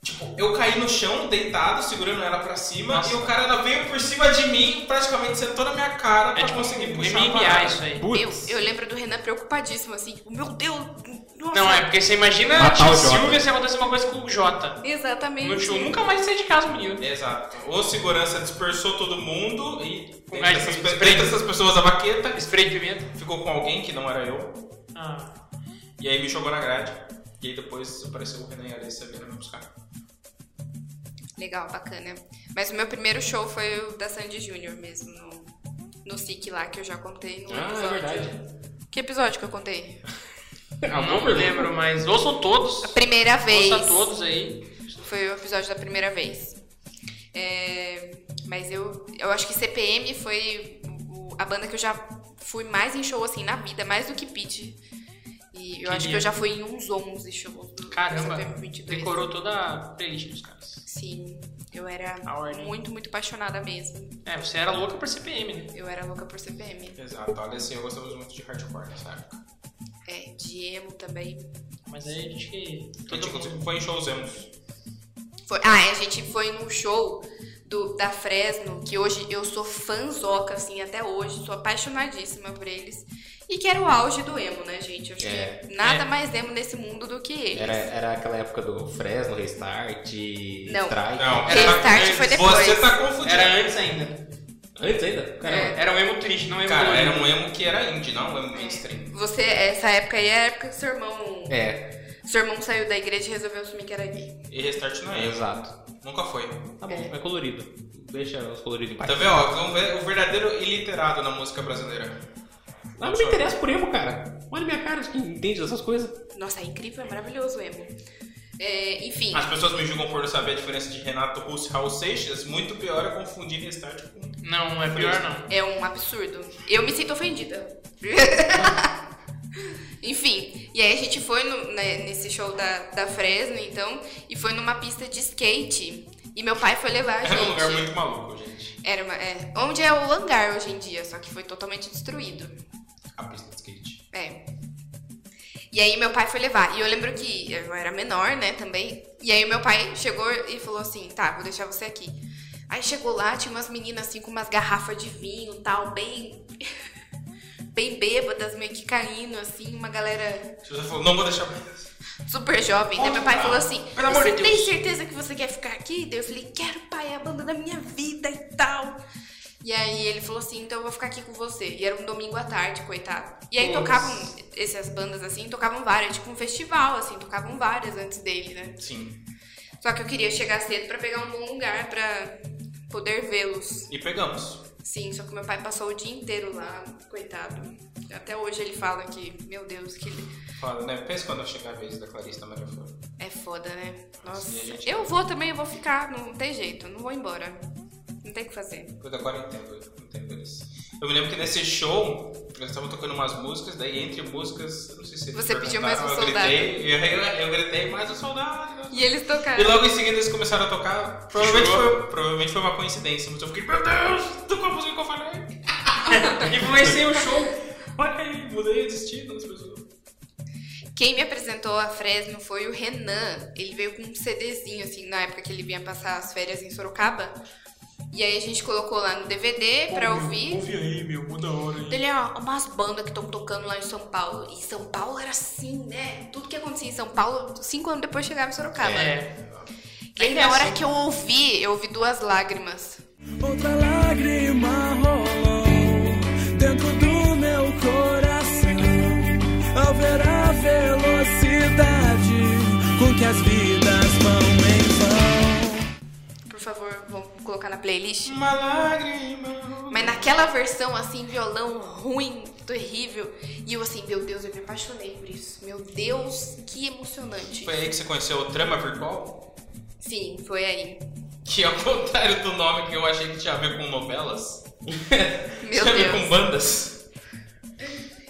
Speaker 3: Tipo, eu caí no chão, deitado, segurando ela pra cima,
Speaker 4: Nossa.
Speaker 3: e o cara ela veio por cima de mim, praticamente sentou na minha cara pra
Speaker 4: É tipo
Speaker 3: conseguir puxar. a
Speaker 4: MMA
Speaker 3: parada.
Speaker 4: isso aí.
Speaker 2: Eu,
Speaker 1: Putz.
Speaker 2: eu lembro do Renan preocupadíssimo, assim, tipo, meu Deus, nossa.
Speaker 4: Não, é porque você imagina a
Speaker 1: Matar
Speaker 4: tia
Speaker 1: o Jota.
Speaker 4: Silvia se acontece uma coisa com o Jota.
Speaker 2: Exatamente.
Speaker 4: No show nunca mais sai de casa, menino.
Speaker 3: Exato. O segurança dispersou todo mundo e dentre
Speaker 4: Com Um gás de
Speaker 3: essas, pe-
Speaker 4: spray.
Speaker 3: dentre essas pessoas a baqueta
Speaker 4: Spray de pimenta.
Speaker 3: ficou com alguém que não era eu.
Speaker 4: Ah,
Speaker 3: E aí me jogou na grade. E aí depois apareceu o Renan e a Alessa vindo me buscar.
Speaker 2: Legal, bacana. Mas o meu primeiro show foi o da Sandy Júnior mesmo, no, no SIC lá, que eu já contei no
Speaker 1: Ah, é
Speaker 2: episódio.
Speaker 1: verdade.
Speaker 2: Que episódio que eu contei?
Speaker 1: Ah,
Speaker 4: não
Speaker 1: bom,
Speaker 4: me lembro, mas ouçam todos.
Speaker 2: A primeira vez.
Speaker 4: Ouça todos aí.
Speaker 2: Foi o episódio da primeira vez. É, mas eu, eu acho que CPM foi o- a banda que eu já fui mais em show assim na vida, mais do que Pete. E eu
Speaker 4: Que
Speaker 2: acho que
Speaker 4: dia.
Speaker 2: eu já fui em uns 11 shows do
Speaker 4: Caramba,
Speaker 2: CPM 22.
Speaker 4: decorou toda a playlist dos caras.
Speaker 2: Sim, eu era
Speaker 4: A ordem.
Speaker 2: muito, muito apaixonada mesmo.
Speaker 4: É, você era louca por CPM, né?
Speaker 2: Eu era louca por CPM.
Speaker 3: Exato. A Alessa e eu gostamos muito de hardcore nessa época.
Speaker 2: É, de emo também.
Speaker 4: Mas aí a gente.
Speaker 3: A
Speaker 4: Todo
Speaker 3: gente
Speaker 4: mundo...
Speaker 3: inclusive foi em shows emos.
Speaker 2: Foi- ah, e a gente foi num show do, da Fresno, que hoje eu sou fãzoca, assim, até hoje, sou apaixonadíssima por eles. E que era o auge do emo, né, gente? Acho
Speaker 1: É,
Speaker 2: que nada
Speaker 4: é.
Speaker 2: mais emo nesse mundo do que eles.
Speaker 1: Era, era aquela época do Fresno, Restart,
Speaker 2: Não.
Speaker 1: Strike.
Speaker 3: Não,
Speaker 2: Restart
Speaker 3: era-
Speaker 2: foi depois.
Speaker 3: Você tá confundindo.
Speaker 4: Era antes ainda.
Speaker 1: Antes ainda? Caramba.
Speaker 4: Era um emo triste, não emo
Speaker 3: Cara,
Speaker 4: dolorido.
Speaker 3: era um emo que era indie, não um emo
Speaker 2: É.
Speaker 3: mainstream.
Speaker 2: Você, essa época aí é a época que seu irmão.
Speaker 1: É,
Speaker 2: Seu irmão saiu da igreja e resolveu assumir que era gay.
Speaker 3: E Restart não é emo.
Speaker 1: exato.
Speaker 3: Nunca foi.
Speaker 1: Tá bom, é colorido. Deixa os coloridos em paz.
Speaker 3: Tá vendo? ó? Vamos ver o verdadeiro iliterado na música brasileira.
Speaker 1: Ah, não me interessa por emo, cara. Olha minha cara de quem entende dessas coisas.
Speaker 2: Nossa, é incrível, é maravilhoso o emo. É, enfim.
Speaker 3: As pessoas me julgam por não saber a diferença de Renato Russo e Raul Seixas. Muito pior eu confundir Restart com.
Speaker 4: Não, é pior não.
Speaker 2: É um absurdo. Eu me sinto ofendida. Enfim, e aí a gente foi no- né, nesse show da, da Fresno, então, e foi numa pista de skate. E meu pai foi levar a gente.
Speaker 3: Era um lugar muito maluco, gente.
Speaker 2: Era uma- é, onde é o hangar hoje em dia, só que foi totalmente destruído.
Speaker 3: A pista de skate.
Speaker 2: É. E aí meu pai foi levar. E eu lembro que eu era menor, né, também. E aí meu pai chegou e falou assim, tá, vou deixar você aqui. Aí chegou lá, tinha umas meninas assim com umas garrafas de vinho e tal, bem. bem bêbadas, meio que caindo, assim, uma galera
Speaker 3: Você falou, não vou deixar.
Speaker 2: super jovem, né? Meu pai falou assim:
Speaker 4: Pelo amor
Speaker 2: Você
Speaker 4: de
Speaker 2: tem
Speaker 4: Deus."
Speaker 2: certeza que você quer ficar aqui? Daí eu falei: Quero, pai, é a banda da minha vida e tal. E aí ele falou assim: Então eu vou ficar aqui com você. E era um domingo à tarde, coitado. E aí
Speaker 4: Nossa.
Speaker 2: tocavam essas bandas assim, tocavam várias, tipo um festival, assim, tocavam várias antes dele, né?
Speaker 3: Sim.
Speaker 2: Só que eu queria chegar cedo pra pegar um bom lugar pra poder vê-los.
Speaker 3: E pegamos.
Speaker 2: Sim, só que meu pai passou o dia inteiro lá, coitado. Até hoje ele fala que, meu Deus, que ele-
Speaker 3: Fala, né? Pensa quando chegar a vez da Clarissa Maria Flor.
Speaker 2: É foda, né? Nossa.
Speaker 3: Sim, a gente-
Speaker 4: tá
Speaker 2: Eu vou também, eu vou ficar, não tem jeito, não vou embora. Não tem o que fazer.
Speaker 3: Depois da quarentena, eu entendo isso. Eu me lembro que nesse show, nós estávamos tocando umas músicas, daí entre músicas, eu não sei se eles
Speaker 2: Você pediu mais um
Speaker 3: perguntaram,
Speaker 2: soldado.
Speaker 3: Eu gritei, eu, eu, eu gritei mais um soldado.
Speaker 2: E eles
Speaker 3: E
Speaker 2: tocaram.
Speaker 3: logo em seguida eles começaram a tocar. Provavelmente
Speaker 4: Chorou.
Speaker 3: foi, provavelmente foi uma coincidência, mas eu fiquei, meu Deus, tocou a música que eu falei.
Speaker 4: Influenciei o show.
Speaker 3: Olha aí, mudei o destino das pessoas.
Speaker 2: Quem me apresentou a Fresno foi o Renan. Ele veio com um CDzinho, assim, na época que ele vinha passar as férias em Sorocaba. E aí a gente colocou lá no DVD pra ouvir.
Speaker 4: Ouve aí, meu, muda a hora aí.
Speaker 2: Ele é ó, umas bandas que estão tocando lá em São Paulo. E São Paulo era assim, né? Tudo que acontecia em São Paulo, cinco anos depois chegava em Sorocaba.
Speaker 4: É, assim.
Speaker 2: E aí, na hora que eu ouvi, eu ouvi duas lágrimas.
Speaker 5: Outra lágrima rolou dentro do meu coração. Ao ver a velocidade com que as vidas vão em vão.
Speaker 2: Por favor, vamos colocar na playlist.
Speaker 3: Uma lágrima.
Speaker 2: Mas naquela versão, assim, violão ruim, terrível. E eu assim, meu Deus, eu me apaixonei por isso. Meu Deus, que emocionante.
Speaker 3: Foi aí que você conheceu o Trama Virtual?
Speaker 2: Sim, foi aí.
Speaker 3: Que ao contrário do nome que eu achei que tinha a ver com novelas.
Speaker 2: Meu
Speaker 3: tinha a ver
Speaker 2: Deus.
Speaker 3: com bandas.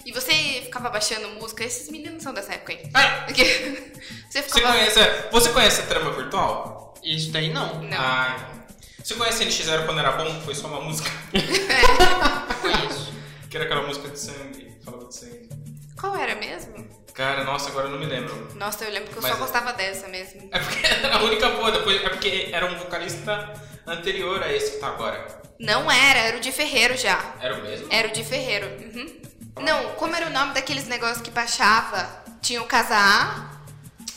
Speaker 2: E você ficava baixando música? Esses meninos são dessa época aí.
Speaker 3: Ah,
Speaker 2: Você
Speaker 3: você
Speaker 2: ficava.
Speaker 3: conhece, é, você conhece a Trama Virtual?
Speaker 4: Isso daí não.
Speaker 2: Não.
Speaker 3: Ah, você conhece NX0 quando era bom? Foi só uma música.
Speaker 2: É.
Speaker 4: Conheço.
Speaker 3: Que era aquela música de sangue. Falava de sangue.
Speaker 2: Qual era mesmo?
Speaker 3: Cara, nossa, agora eu não me lembro.
Speaker 2: Nossa, eu lembro que eu
Speaker 3: Mas
Speaker 2: só
Speaker 3: é-
Speaker 2: gostava dessa mesmo.
Speaker 3: É porque era a única boa, depois. É porque era um vocalista anterior a esse que tá agora.
Speaker 2: Não era, era o de Ferreiro já.
Speaker 3: Era o mesmo?
Speaker 2: Era o de Ferreiro. Uhum. Não, como era o nome daqueles negócios que baixava? Tinha o Casa A.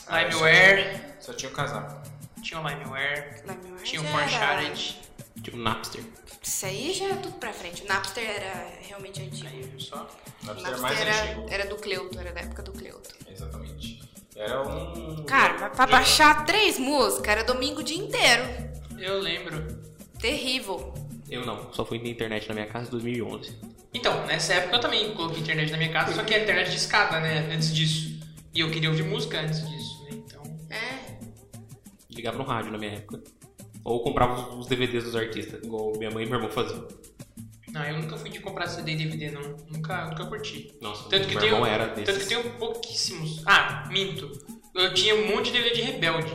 Speaker 4: Ah, Limeware.
Speaker 3: Só tinha o casaco.
Speaker 4: Tinha o Limeware.
Speaker 2: Limeware
Speaker 4: Tinha um o
Speaker 2: já
Speaker 4: Forshared.
Speaker 1: Tipo Napster.
Speaker 2: Isso aí já é tudo pra frente. O Napster era realmente antigo.
Speaker 4: Aí, só.
Speaker 3: Deve
Speaker 2: O
Speaker 3: ser mais
Speaker 2: Napster era,
Speaker 3: antigo.
Speaker 2: era do Cleuto, era da época do Cleuto.
Speaker 3: Exatamente. Era um.
Speaker 2: Cara, mas pra
Speaker 3: Já-
Speaker 2: baixar três músicas era domingo o dia inteiro.
Speaker 4: Eu lembro.
Speaker 2: Terrível.
Speaker 1: Eu não, só fui na internet na minha casa em 2011.
Speaker 4: Então, nessa época eu também coloquei internet na minha casa, só que era internet de escada, né? Antes disso. E eu queria ouvir música antes disso, né? Então.
Speaker 2: É.
Speaker 1: Ligava no rádio na minha época. Ou comprava os- os DVDs dos artistas, igual minha mãe e meu irmão faziam.
Speaker 4: Não, eu nunca fui de comprar CD e DVD, não. Nunca, nunca curti.
Speaker 1: Nossa,
Speaker 4: Tanto que
Speaker 1: meu
Speaker 4: tenho,
Speaker 1: irmão era
Speaker 4: Tanto que
Speaker 1: desses.
Speaker 4: tenho pouquíssimos. Ah, minto. Eu tinha um monte de DVD de Rebelde.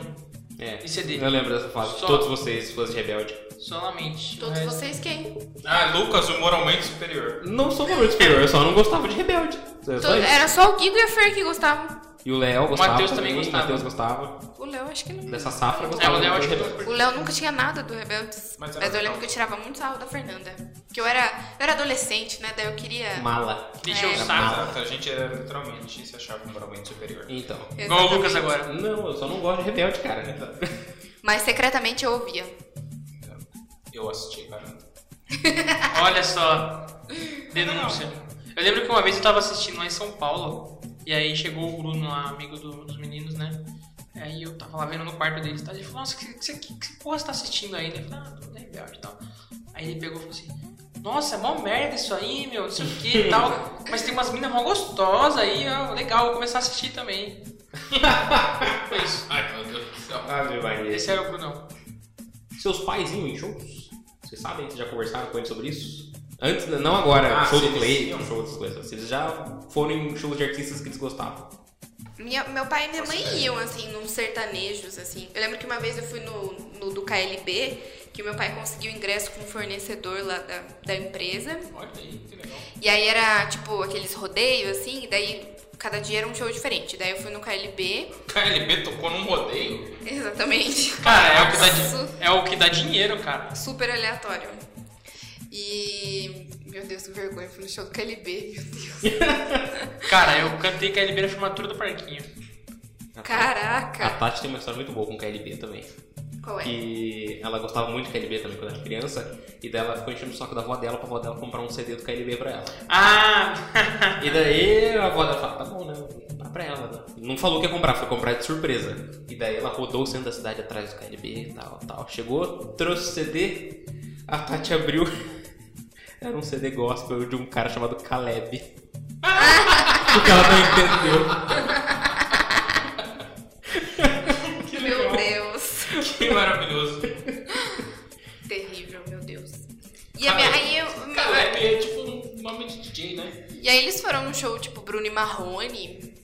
Speaker 1: É.
Speaker 4: E CD?
Speaker 1: Eu lembro dessa fase.
Speaker 4: Só-
Speaker 1: Todos vocês, fãs de Rebelde.
Speaker 4: Solamente.
Speaker 2: Todos
Speaker 4: Mas-
Speaker 2: vocês quem?
Speaker 3: Ah, Lucas, o moralmente superior.
Speaker 1: Não sou valor superior, eu só não gostava de Rebelde. Era só
Speaker 2: To-
Speaker 1: isso.
Speaker 2: Era só o Guigo e a Fer que gostavam.
Speaker 1: E o Léo gostava.
Speaker 4: Matheus é. também gostava.
Speaker 1: O Matheus gostava.
Speaker 2: O Léo acho que não.
Speaker 1: Dessa safra
Speaker 4: É,
Speaker 1: gostava.
Speaker 4: o Léo
Speaker 1: muito
Speaker 4: acho
Speaker 1: de
Speaker 4: que
Speaker 1: Rebelde.
Speaker 4: eu
Speaker 2: O Léo nunca tinha nada do Rebeldes. Mas,
Speaker 3: Mas era
Speaker 2: eu lembro
Speaker 3: legal.
Speaker 2: que eu tirava muito sarro da Fernanda. Porque eu era, eu era adolescente, né? Daí eu queria.
Speaker 1: Mala.
Speaker 4: Deixa eu
Speaker 2: É.
Speaker 4: usar.
Speaker 3: Tá, Exato, a gente era literalmente se achava um moralmente superior.
Speaker 1: Então.
Speaker 4: Igual o
Speaker 2: Exatamente.
Speaker 4: Lucas né? agora.
Speaker 1: Não, eu só não gosto de Rebelde, cara.
Speaker 2: Mas secretamente eu ouvia.
Speaker 3: Eu assisti, cara.
Speaker 4: Olha só. Denúncia. Eu lembro que uma vez eu tava assistindo lá em São Paulo. E aí chegou o Bruno lá, amigo do- dos meninos, né? Aí eu tava lá vendo no quarto deles. Tá? Ele falou, nossa, que, que, que, que porra você tá assistindo aí? né? Eu falei, ah, tô na rebelde e tal. Aí ele pegou e falou assim. Nossa, é mó merda isso aí, meu, não sei o que e tal. Mas tem umas minas mó gostosas aí, ó, legal, vou começar a assistir também. Foi isso.
Speaker 3: Ai, meu Deus do céu.
Speaker 1: Ave Maria.
Speaker 4: Esse era o Brunão.
Speaker 1: Seus pais iam em shows? Vocês sabem? Vocês já conversaram com eles sobre isso? Antes, não agora,
Speaker 3: Ah,
Speaker 1: show
Speaker 3: se
Speaker 1: do
Speaker 3: eles
Speaker 1: Play,
Speaker 3: iam.
Speaker 1: show das coisas. Vocês já foram em shows de artistas que eles gostavam.
Speaker 2: Minha- meu pai e minha mãe iam, assim, nos sertanejos, assim. Eu lembro que uma vez eu fui no, no do KLB, que o meu pai conseguiu ingresso com um fornecedor lá da, da empresa.
Speaker 3: Olha aí, que legal.
Speaker 2: E aí era, tipo, aqueles rodeios, assim, e daí cada dia era um show diferente. Daí eu fui no KLB,
Speaker 3: O KLB tocou num rodeio.
Speaker 2: exatamente.
Speaker 4: Cara, é o, que dá,
Speaker 2: Su-
Speaker 4: di- é o que dá dinheiro, cara.
Speaker 2: super aleatório. E. Meu Deus, que vergonha, fui no show do KLB, meu Deus.
Speaker 4: Cara, eu cantei KLB na formatura do parquinho.
Speaker 1: A
Speaker 2: Caraca!
Speaker 1: Tati tem uma história muito boa com KLB também.
Speaker 2: Qual é?
Speaker 1: Que ela gostava muito de KLB também quando era criança. E daí ela ficou enchendo o saco da avó dela pra avó dela comprar um CD do KLB pra ela.
Speaker 4: Ah!
Speaker 1: E daí a avó dela fala, tá bom, né? Dá pra ela. né? Não falou que ia comprar, foi comprar de surpresa. E daí ela rodou o centro da cidade atrás do KLB e tal, tal. Chegou, trouxe o CD, a Tati abriu. Era um CD gospel de um cara chamado Caleb.
Speaker 2: Ah!
Speaker 1: Porque ela não entendeu.
Speaker 2: Meu Deus!
Speaker 3: Que maravilhoso.
Speaker 2: Terrível, meu Deus. E, a minha- aí eu-
Speaker 3: KLB é tipo um nome de DJ, né?
Speaker 2: e aí eles foram num show tipo Bruno e Marrone.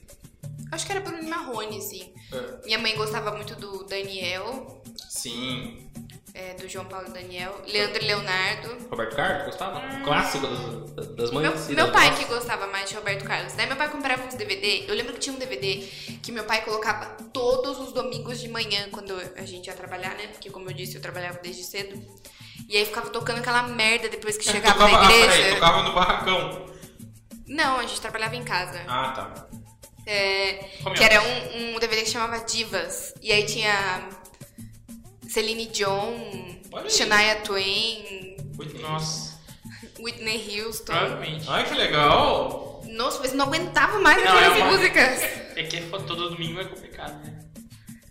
Speaker 2: Acho que era Bruno e Marrone, assim.
Speaker 3: É.
Speaker 2: Minha mãe gostava muito do Daniel,
Speaker 3: Sim.
Speaker 2: é, do João Paulo Daniel,
Speaker 3: É.
Speaker 2: Leandro e Leonardo.
Speaker 1: Roberto Carlos gostava? Clássico das, das
Speaker 2: Meu,
Speaker 1: mães. e
Speaker 2: meu
Speaker 1: das
Speaker 2: pai
Speaker 1: vós.
Speaker 2: que gostava mais de Roberto Carlos. Daí meu pai comprava uns DVD. Eu lembro que tinha um DVD que meu pai colocava todos os domingos de manhã, quando a gente ia trabalhar, né? Porque como eu disse, eu trabalhava desde cedo. E aí ficava tocando aquela merda depois que chegava
Speaker 3: tocava,
Speaker 2: na
Speaker 3: Ah, peraí,
Speaker 2: igreja.
Speaker 3: tocava no barracão.
Speaker 2: Não, a gente trabalhava em casa.
Speaker 3: Ah, tá.
Speaker 2: É,
Speaker 4: Como
Speaker 2: que
Speaker 4: é?
Speaker 2: era um, um DVD que chamava Divas. E aí tinha Celine Dion,
Speaker 3: Olha aí.
Speaker 2: Shania Twain,
Speaker 3: Whitney.
Speaker 4: Nossa.
Speaker 2: Whitney Houston.
Speaker 4: Provavelmente.
Speaker 3: Ai, que legal.
Speaker 2: Nossa, mas não aguentava mais
Speaker 4: Não,
Speaker 2: aquelas
Speaker 4: é uma-
Speaker 2: músicas.
Speaker 4: É que fo- todo domingo é complicado, né?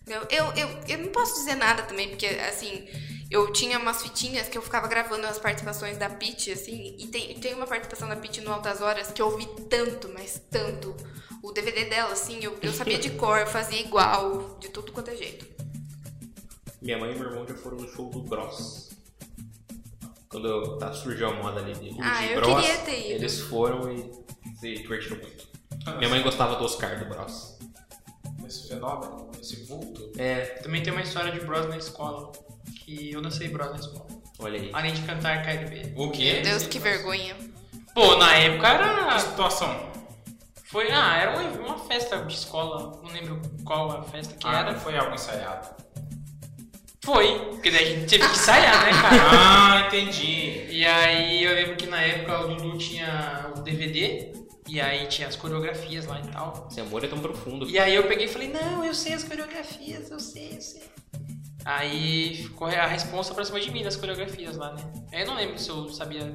Speaker 2: Eu, eu, eu, eu não posso dizer nada também, porque, assim, eu tinha umas fitinhas que eu ficava gravando as participações da Pitty, assim, e tem, tem uma participação da Pitty no Altas Horas que eu ouvi tanto, mas tanto, o DVD dela, assim, eu, eu sabia de cor, eu fazia igual, de tudo quanto é jeito.
Speaker 1: Minha mãe e meu irmão já foram no show do Bros. Quando eu- tá, surgiu a moda ali de Rude
Speaker 2: Ah,
Speaker 1: e
Speaker 2: eu
Speaker 1: Bros,
Speaker 2: queria ter ido.
Speaker 1: eles foram e se divertiram muito.
Speaker 4: Ah.
Speaker 1: Minha mãe gostava do Oscar do Bros.
Speaker 3: Esse fenômeno, esse vulto.
Speaker 1: É,
Speaker 4: Também tem uma história de bros na escola. Que eu não sei bros na escola.
Speaker 1: olha aí.
Speaker 4: Além de cantar KLB.
Speaker 3: O quê? Ah.
Speaker 2: Meu Deus, que vergonha.
Speaker 4: Pô, na época
Speaker 3: Que
Speaker 4: era.
Speaker 3: situação.
Speaker 4: Foi. Ah, era uma, uma festa de escola. Não lembro qual a festa que
Speaker 3: Ah,
Speaker 4: era.
Speaker 3: não foi algo ensaiado.
Speaker 4: Foi. Porque daí a gente teve que ensaiar, né, cara?
Speaker 3: Ah, entendi.
Speaker 4: E aí eu lembro que na época o Dudu tinha o DVD. E aí tinha as coreografias lá e tal.
Speaker 1: Esse amor é tão profundo.
Speaker 4: E aí eu peguei e falei, não, eu sei as coreografias, eu sei, eu sei. Aí ficou a responsa pra cima de mim das coreografias lá, né? Aí eu não lembro se eu sabia.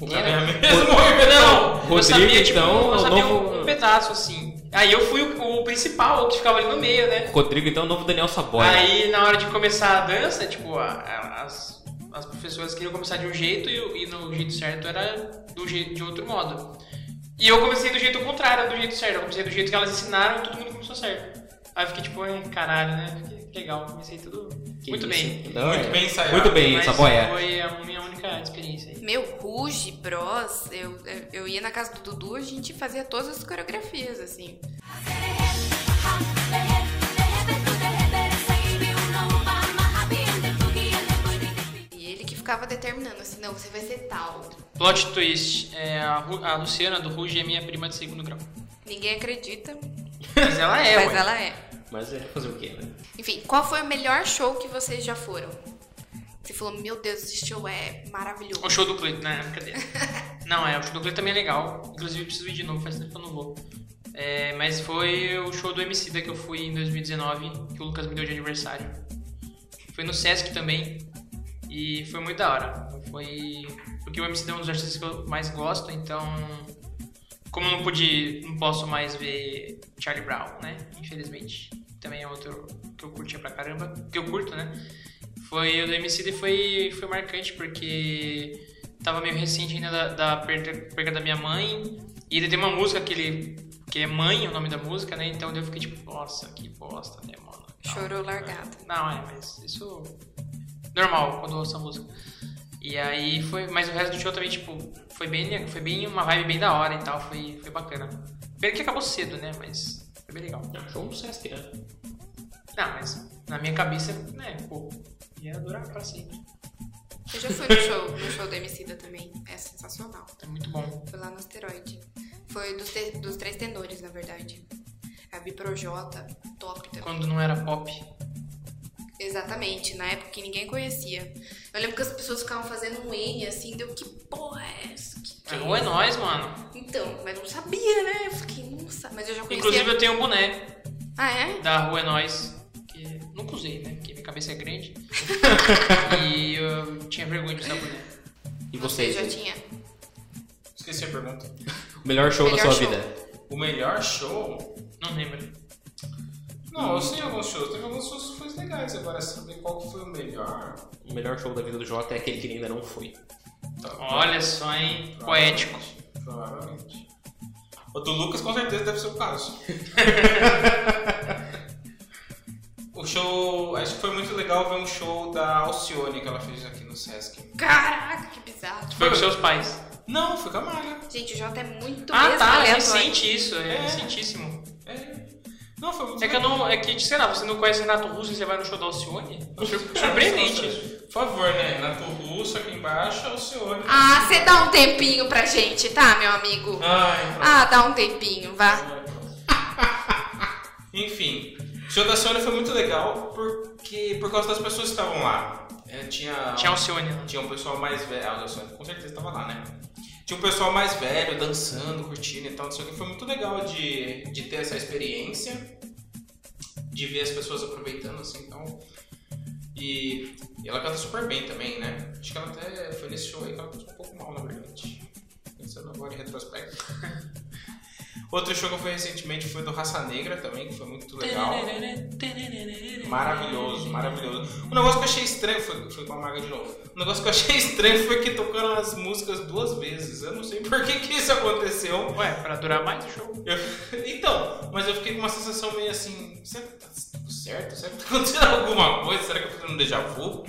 Speaker 3: O
Speaker 4: inteira.
Speaker 3: cara é mesmo.
Speaker 4: Não, eu
Speaker 1: Rodrigo,
Speaker 4: sabia, tipo,
Speaker 1: então, é
Speaker 4: eu
Speaker 1: o
Speaker 4: sabia
Speaker 1: novo-
Speaker 4: um, um pedaço, assim. Aí eu fui o, o principal, o que ficava ali no meio, né?
Speaker 1: Rodrigo, então, é o novo Daniel Saboia.
Speaker 4: Aí na hora de começar a dança, tipo, a- a- as, as professoras queriam começar de um jeito e, o- e no jeito certo era do jeito, de outro modo. E eu comecei do jeito contrário, do jeito certo. Eu comecei do jeito que elas ensinaram e todo mundo começou certo. Aí eu fiquei tipo, ai, caralho, né? Fiquei legal, comecei tudo
Speaker 1: Que
Speaker 4: muito
Speaker 1: isso.
Speaker 4: bem.
Speaker 1: Não,
Speaker 3: Muito
Speaker 1: é.
Speaker 3: bem ensaiado.
Speaker 1: Muito bem,
Speaker 4: Mas
Speaker 1: Saboia.
Speaker 4: foi a minha única experiência aí.
Speaker 2: Meu, Ruge, Bros, eu, eu ia na casa do Dudu, a gente fazia todas as coreografias, assim. E ele que ficava determinando, assim, não, você vai ser tal.
Speaker 4: Plot twist, é, a, Ru- a Luciana do Ruge é minha prima de segundo grau.
Speaker 2: Ninguém acredita,
Speaker 4: Mas ela é,
Speaker 2: mas
Speaker 4: ué.
Speaker 2: ela é.
Speaker 1: Mas é fazer o quê, né?
Speaker 2: Enfim, qual foi o melhor show que vocês já foram? Você falou, meu Deus, esse show é maravilhoso.
Speaker 4: O show do Cleiton, né? Brincadeira. não, é, o show do Cleiton também é legal. Inclusive, eu preciso ir de novo, faz tempo que eu não vou. É, mas foi o show do MC da que eu fui em 2019, que o Lucas me deu de aniversário. Foi no Sesc também. E foi muito da hora. Foi. Porque o MC é um dos artistas que eu mais gosto, então. Como eu não pude. não posso mais ver Charlie Brown, né? Infelizmente. Também é outro que eu curtia pra caramba. Que eu curto, né? Foi o do MC e foi, foi marcante, porque tava meio recente ainda da, da perda, perda da minha mãe. E ele tem uma música que ele. que é mãe o nome da música, né? Então eu fiquei tipo, nossa, que bosta, né, mano?
Speaker 2: Chorou largado.
Speaker 4: Não, é, mas isso. Normal, quando eu ouço a música. E aí foi. Mas o resto do show também, tipo, foi bem. Foi bem uma vibe bem da hora e tal. Foi, foi bacana. Pena que acabou cedo, né? Mas foi bem legal.
Speaker 1: É um show do Sesc, né?
Speaker 4: Não, mas na minha cabeça, né, pô, ia durar pra sempre.
Speaker 2: Eu já fui no show, no show do Emicida também. É sensacional.
Speaker 4: É muito bom.
Speaker 2: Foi lá no asteroide. Foi dos, te- dos três tenores, na verdade. A Biprojota, top também.
Speaker 4: Quando não era pop.
Speaker 2: Exatamente, na época que ninguém conhecia. Eu lembro que as pessoas ficavam fazendo um N assim, deu que porra é essa? Que que
Speaker 4: É, ou é
Speaker 2: isso?"
Speaker 4: nós, mano.
Speaker 2: Então, mas não sabia, né? Eu fiquei, nossa, mas eu já conhecia.
Speaker 4: Inclusive eu tenho um boneco
Speaker 2: Ah, é?
Speaker 4: da Rua é Nós, que nunca usei, né? Porque minha cabeça é grande. e eu tinha vergonha de usar boneco.
Speaker 1: E vocês?
Speaker 2: já
Speaker 1: gente?
Speaker 2: tinha.
Speaker 3: Esqueci a pergunta.
Speaker 1: O melhor show da
Speaker 2: Melhor
Speaker 1: sua
Speaker 2: show.
Speaker 1: vida?
Speaker 3: O melhor show?
Speaker 4: Não lembro.
Speaker 3: Não, eu sei alguns shows. Teve alguns shows que foi legais. Agora, saber qual que foi o melhor.
Speaker 1: O melhor show da vida do Jota é aquele que ele ainda não foi.
Speaker 3: Tá,
Speaker 4: Olha só, hein? Poético.
Speaker 3: Provavelmente. O do Lucas com certeza deve ser o caso. o show. Acho que foi muito legal ver um show da Alcione que ela fez aqui no Sesc.
Speaker 2: Caraca, que bizarro.
Speaker 4: Foi com seus pais.
Speaker 3: Não, foi com a Malha.
Speaker 2: Gente, o Jota é muito
Speaker 4: ah,
Speaker 2: mesmo
Speaker 4: tá.
Speaker 2: aleatório.
Speaker 4: Recente isso. É
Speaker 3: É.
Speaker 4: recentíssimo.
Speaker 3: É. Não, foi muito
Speaker 4: É que eu não. É que, sei lá, você não conhece Renato Russo e você vai no show da Alcione? Surpreendente isso.
Speaker 3: Por favor, né? Renato Russo aqui embaixo, é Alcione.
Speaker 2: Ah, você dá um tempinho pra gente, tá, meu amigo?
Speaker 3: Ai, pronto.
Speaker 2: Ah, dá um tempinho, vá.
Speaker 3: então, Enfim, o show da Sônia foi muito legal porque por causa das pessoas que estavam lá. É, tinha,
Speaker 4: Tinha Alcione lá.
Speaker 3: tinha um pessoal mais velho. Ah, o da Sônia com certeza estava lá, né? Tinha um pessoal mais velho dançando, curtindo e tal, não sei o que. Foi muito legal de, de ter essa experiência, de ver as pessoas aproveitando, assim, então. E ela canta super bem também, né? Acho que ela até foi nesse show aí que ela cantou um pouco mal, na verdade. Pensando agora em retrospecto. Outro show que eu fui recentemente foi do Raça Negra também, que foi muito legal. Maravilhoso, maravilhoso. O negócio que eu achei estranho foi, foi com a Maga de novo. O negócio que eu achei estranho foi que tocaram as músicas duas vezes. Eu não sei por que, que isso aconteceu.
Speaker 4: Ué, pra durar mais o show.
Speaker 3: Eu- então, mas eu fiquei com uma sensação meio assim: será que tá tudo certo? Será que tá acontecendo alguma coisa? Será que eu tô tendo um déjà vu?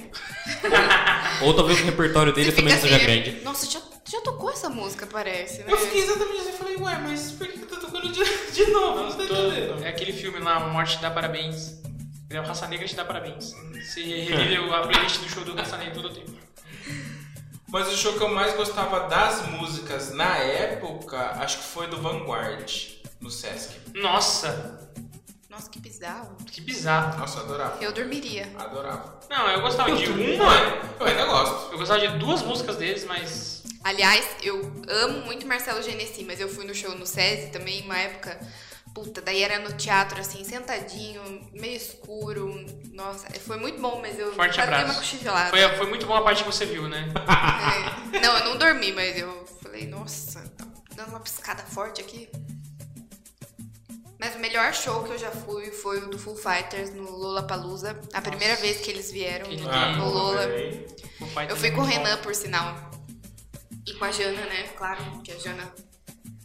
Speaker 1: Ou talvez o repertório dele
Speaker 2: Você
Speaker 1: também não
Speaker 2: fica
Speaker 1: seja
Speaker 2: assim,
Speaker 1: grande.
Speaker 2: Nossa, já, já tocou essa música, parece, né?
Speaker 4: É.
Speaker 3: Eu fiquei exatamente assim: eu falei, ué, mas por que, que tá tocando de, de novo? Não tô entendendo.
Speaker 4: É aquele filme lá, Morte te dá parabéns. É, o Raça Negra te dá parabéns. Você revive a playlist do show do Raça Negra todo o tempo.
Speaker 3: Mas o show que eu mais gostava das músicas na época, acho que foi do Vanguard, no Sesc.
Speaker 4: Nossa,
Speaker 2: Nossa, que bizarro.
Speaker 4: que bizarro.
Speaker 3: Nossa, eu adorava.
Speaker 2: Eu dormiria.
Speaker 3: Adorava.
Speaker 4: Não, eu gostava de uma.
Speaker 3: Mano, eu ainda gosto.
Speaker 4: Eu gostava de duas músicas deles, mas.
Speaker 2: Aliás, eu amo muito Marcelo Genesi, mas eu fui no show no SESI também, uma época. Puta, daí era no teatro, assim, sentadinho, meio escuro. Nossa, foi muito bom, mas eu quase
Speaker 4: Forte
Speaker 2: dei
Speaker 4: abraço.
Speaker 2: uma cochilada.
Speaker 4: Foi, foi muito boa a parte que você viu, né?
Speaker 2: É. Não, eu não dormi, mas eu falei, nossa, tá dando uma piscada forte aqui. Mas o melhor show que eu já fui foi o do Full Fighters no Lollapalooza. A primeira vez que eles vieram
Speaker 4: Que
Speaker 2: no
Speaker 4: lindo, né?
Speaker 2: no Lola.
Speaker 4: O pai
Speaker 2: Eu
Speaker 4: também
Speaker 2: fui
Speaker 4: é
Speaker 2: com o
Speaker 4: muito bom.
Speaker 2: Renan, por sinal. E com a Jana, né? Claro, que a Jana,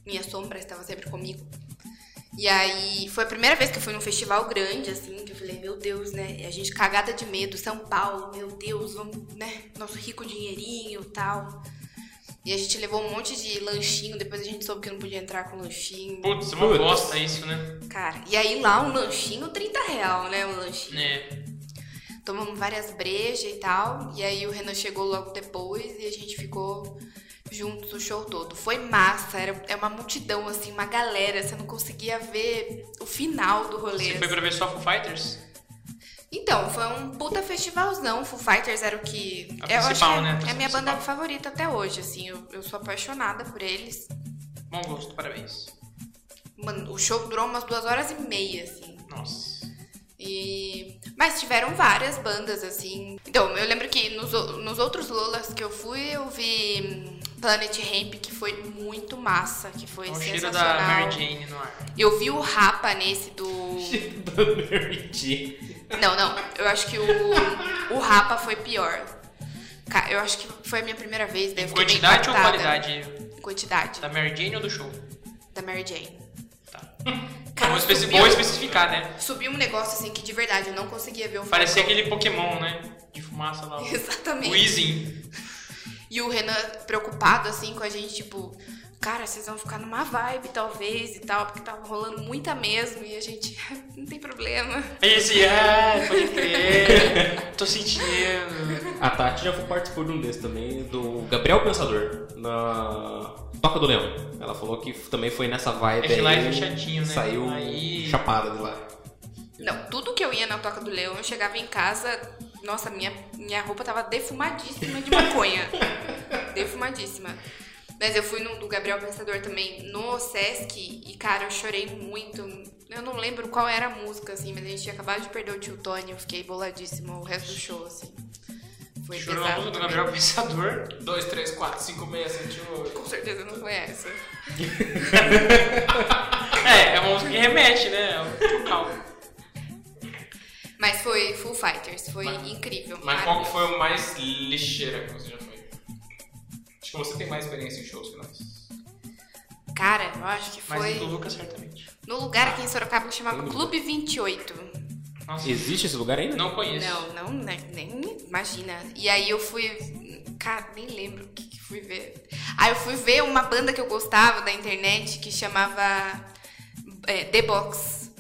Speaker 2: minha sombra, estava sempre comigo. E aí, foi a primeira vez que eu fui num festival grande, assim, que eu falei, meu Deus, né? E a gente cagada de medo, São Paulo, meu Deus, vamos, né? Nosso rico dinheirinho e tal. E a gente levou um monte de lanchinho, depois a gente soube que não podia entrar com lanchinho.
Speaker 4: Putz, uma bosta isso, né?
Speaker 2: Cara, e aí lá um lanchinho, 30 real, né? Um lanchinho.
Speaker 4: É.
Speaker 2: Tomamos várias brejas e tal. E aí o Renan chegou logo depois e a gente ficou juntos o show todo. Foi massa, era, é uma multidão, assim, uma galera. Você não conseguia ver o final do rolê.
Speaker 4: Você foi
Speaker 2: assim.
Speaker 4: pra ver só Foo Fighters?
Speaker 2: Então, foi um puta festivalzão. Foo Fighters era o que.
Speaker 4: A
Speaker 2: eu acho que
Speaker 4: principal,
Speaker 2: é,
Speaker 4: né? A
Speaker 2: é a minha
Speaker 4: principal.
Speaker 2: banda favorita até hoje, assim. Eu, eu sou apaixonada por eles.
Speaker 4: Bom gosto, parabéns.
Speaker 2: Mano, o show durou umas duas horas e meia, assim.
Speaker 4: Nossa.
Speaker 2: E... Mas tiveram várias bandas, assim. Então, eu lembro que nos, o- nos outros Lolas que eu fui, eu vi hum, Planet Ramp, que foi muito massa, que foi
Speaker 4: Olha É o um cheiro da
Speaker 2: sensacional.
Speaker 4: Mary Jane no ar.
Speaker 2: eu vi o Rapa nesse do.
Speaker 1: Mary Jane.
Speaker 2: Não, não. Eu acho que o, o Rapa foi pior. Ca- Eu acho que foi a minha primeira vez. Daí eu fiquei meio
Speaker 4: Quantidade ou
Speaker 2: impactada.
Speaker 4: qualidade?
Speaker 2: Quantidade.
Speaker 4: Da Mary Jane ou do show?
Speaker 2: Da Mary Jane.
Speaker 4: Tá.
Speaker 2: Cara,
Speaker 4: Bom especi-
Speaker 2: subiu-
Speaker 4: bom especificar, né?
Speaker 2: Subiu um negócio assim que de verdade eu não conseguia ver o
Speaker 4: Parecia
Speaker 2: fogão.
Speaker 4: aquele Pokémon, né? De fumaça lá. o-
Speaker 2: Exatamente.
Speaker 4: O Easy.
Speaker 2: E o Renan preocupado, assim, com a gente, tipo, cara, vocês vão ficar numa vibe, talvez, e tal, porque tá rolando muita mesmo, e a gente, não tem problema.
Speaker 4: Easy, ah, pode crer. Tô sentindo.
Speaker 1: A Tati já participou de um desses também, do Gabriel Pensador, na Toca do Leão. Ela falou que também foi nessa vibe
Speaker 4: É que lá é
Speaker 1: aí,
Speaker 4: fechadinho, né?
Speaker 1: Saiu
Speaker 4: Aí-
Speaker 1: chapada de lá.
Speaker 2: Não, tudo que eu ia na Toca do Leão, eu chegava em casa, nossa, minha, minha roupa tava defumadíssima de maconha. defumadíssima. Mas eu fui no do Gabriel Pensador também, no Sesc, e cara, eu chorei muito. Eu não lembro qual era a música, assim, mas a gente tinha acabado de perder o tio Tony, eu fiquei boladíssima o resto do show, assim. Foi
Speaker 4: Chorou a
Speaker 2: pesado
Speaker 4: música do
Speaker 2: também.
Speaker 4: Gabriel Pensador.
Speaker 3: 2, 3, 4, 5, 6, 7, 8.
Speaker 2: Com certeza não foi essa.
Speaker 4: É, é uma música que remete, né? É um local.
Speaker 2: Mas foi Full Fighters, foi
Speaker 3: Mas-
Speaker 2: incrível.
Speaker 3: Mas qual
Speaker 2: maravilhoso.
Speaker 3: que foi o mais lixeira que você já foi? Acho que você tem mais experiência em shows que nós.
Speaker 2: Cara, eu acho que
Speaker 4: Mas
Speaker 2: foi
Speaker 4: do Lucas, certamente.
Speaker 2: no lugar aqui em Sorocaba que chamava
Speaker 1: Tem
Speaker 2: Clube 28.
Speaker 4: Nossa,
Speaker 1: Existe esse lugar ainda?
Speaker 4: não conheço.
Speaker 2: Não, não, né, nem imagina. E aí eu fui. Cara, nem lembro o que, que fui ver. Aí eu fui ver uma banda que eu gostava da internet que chamava é, The Box.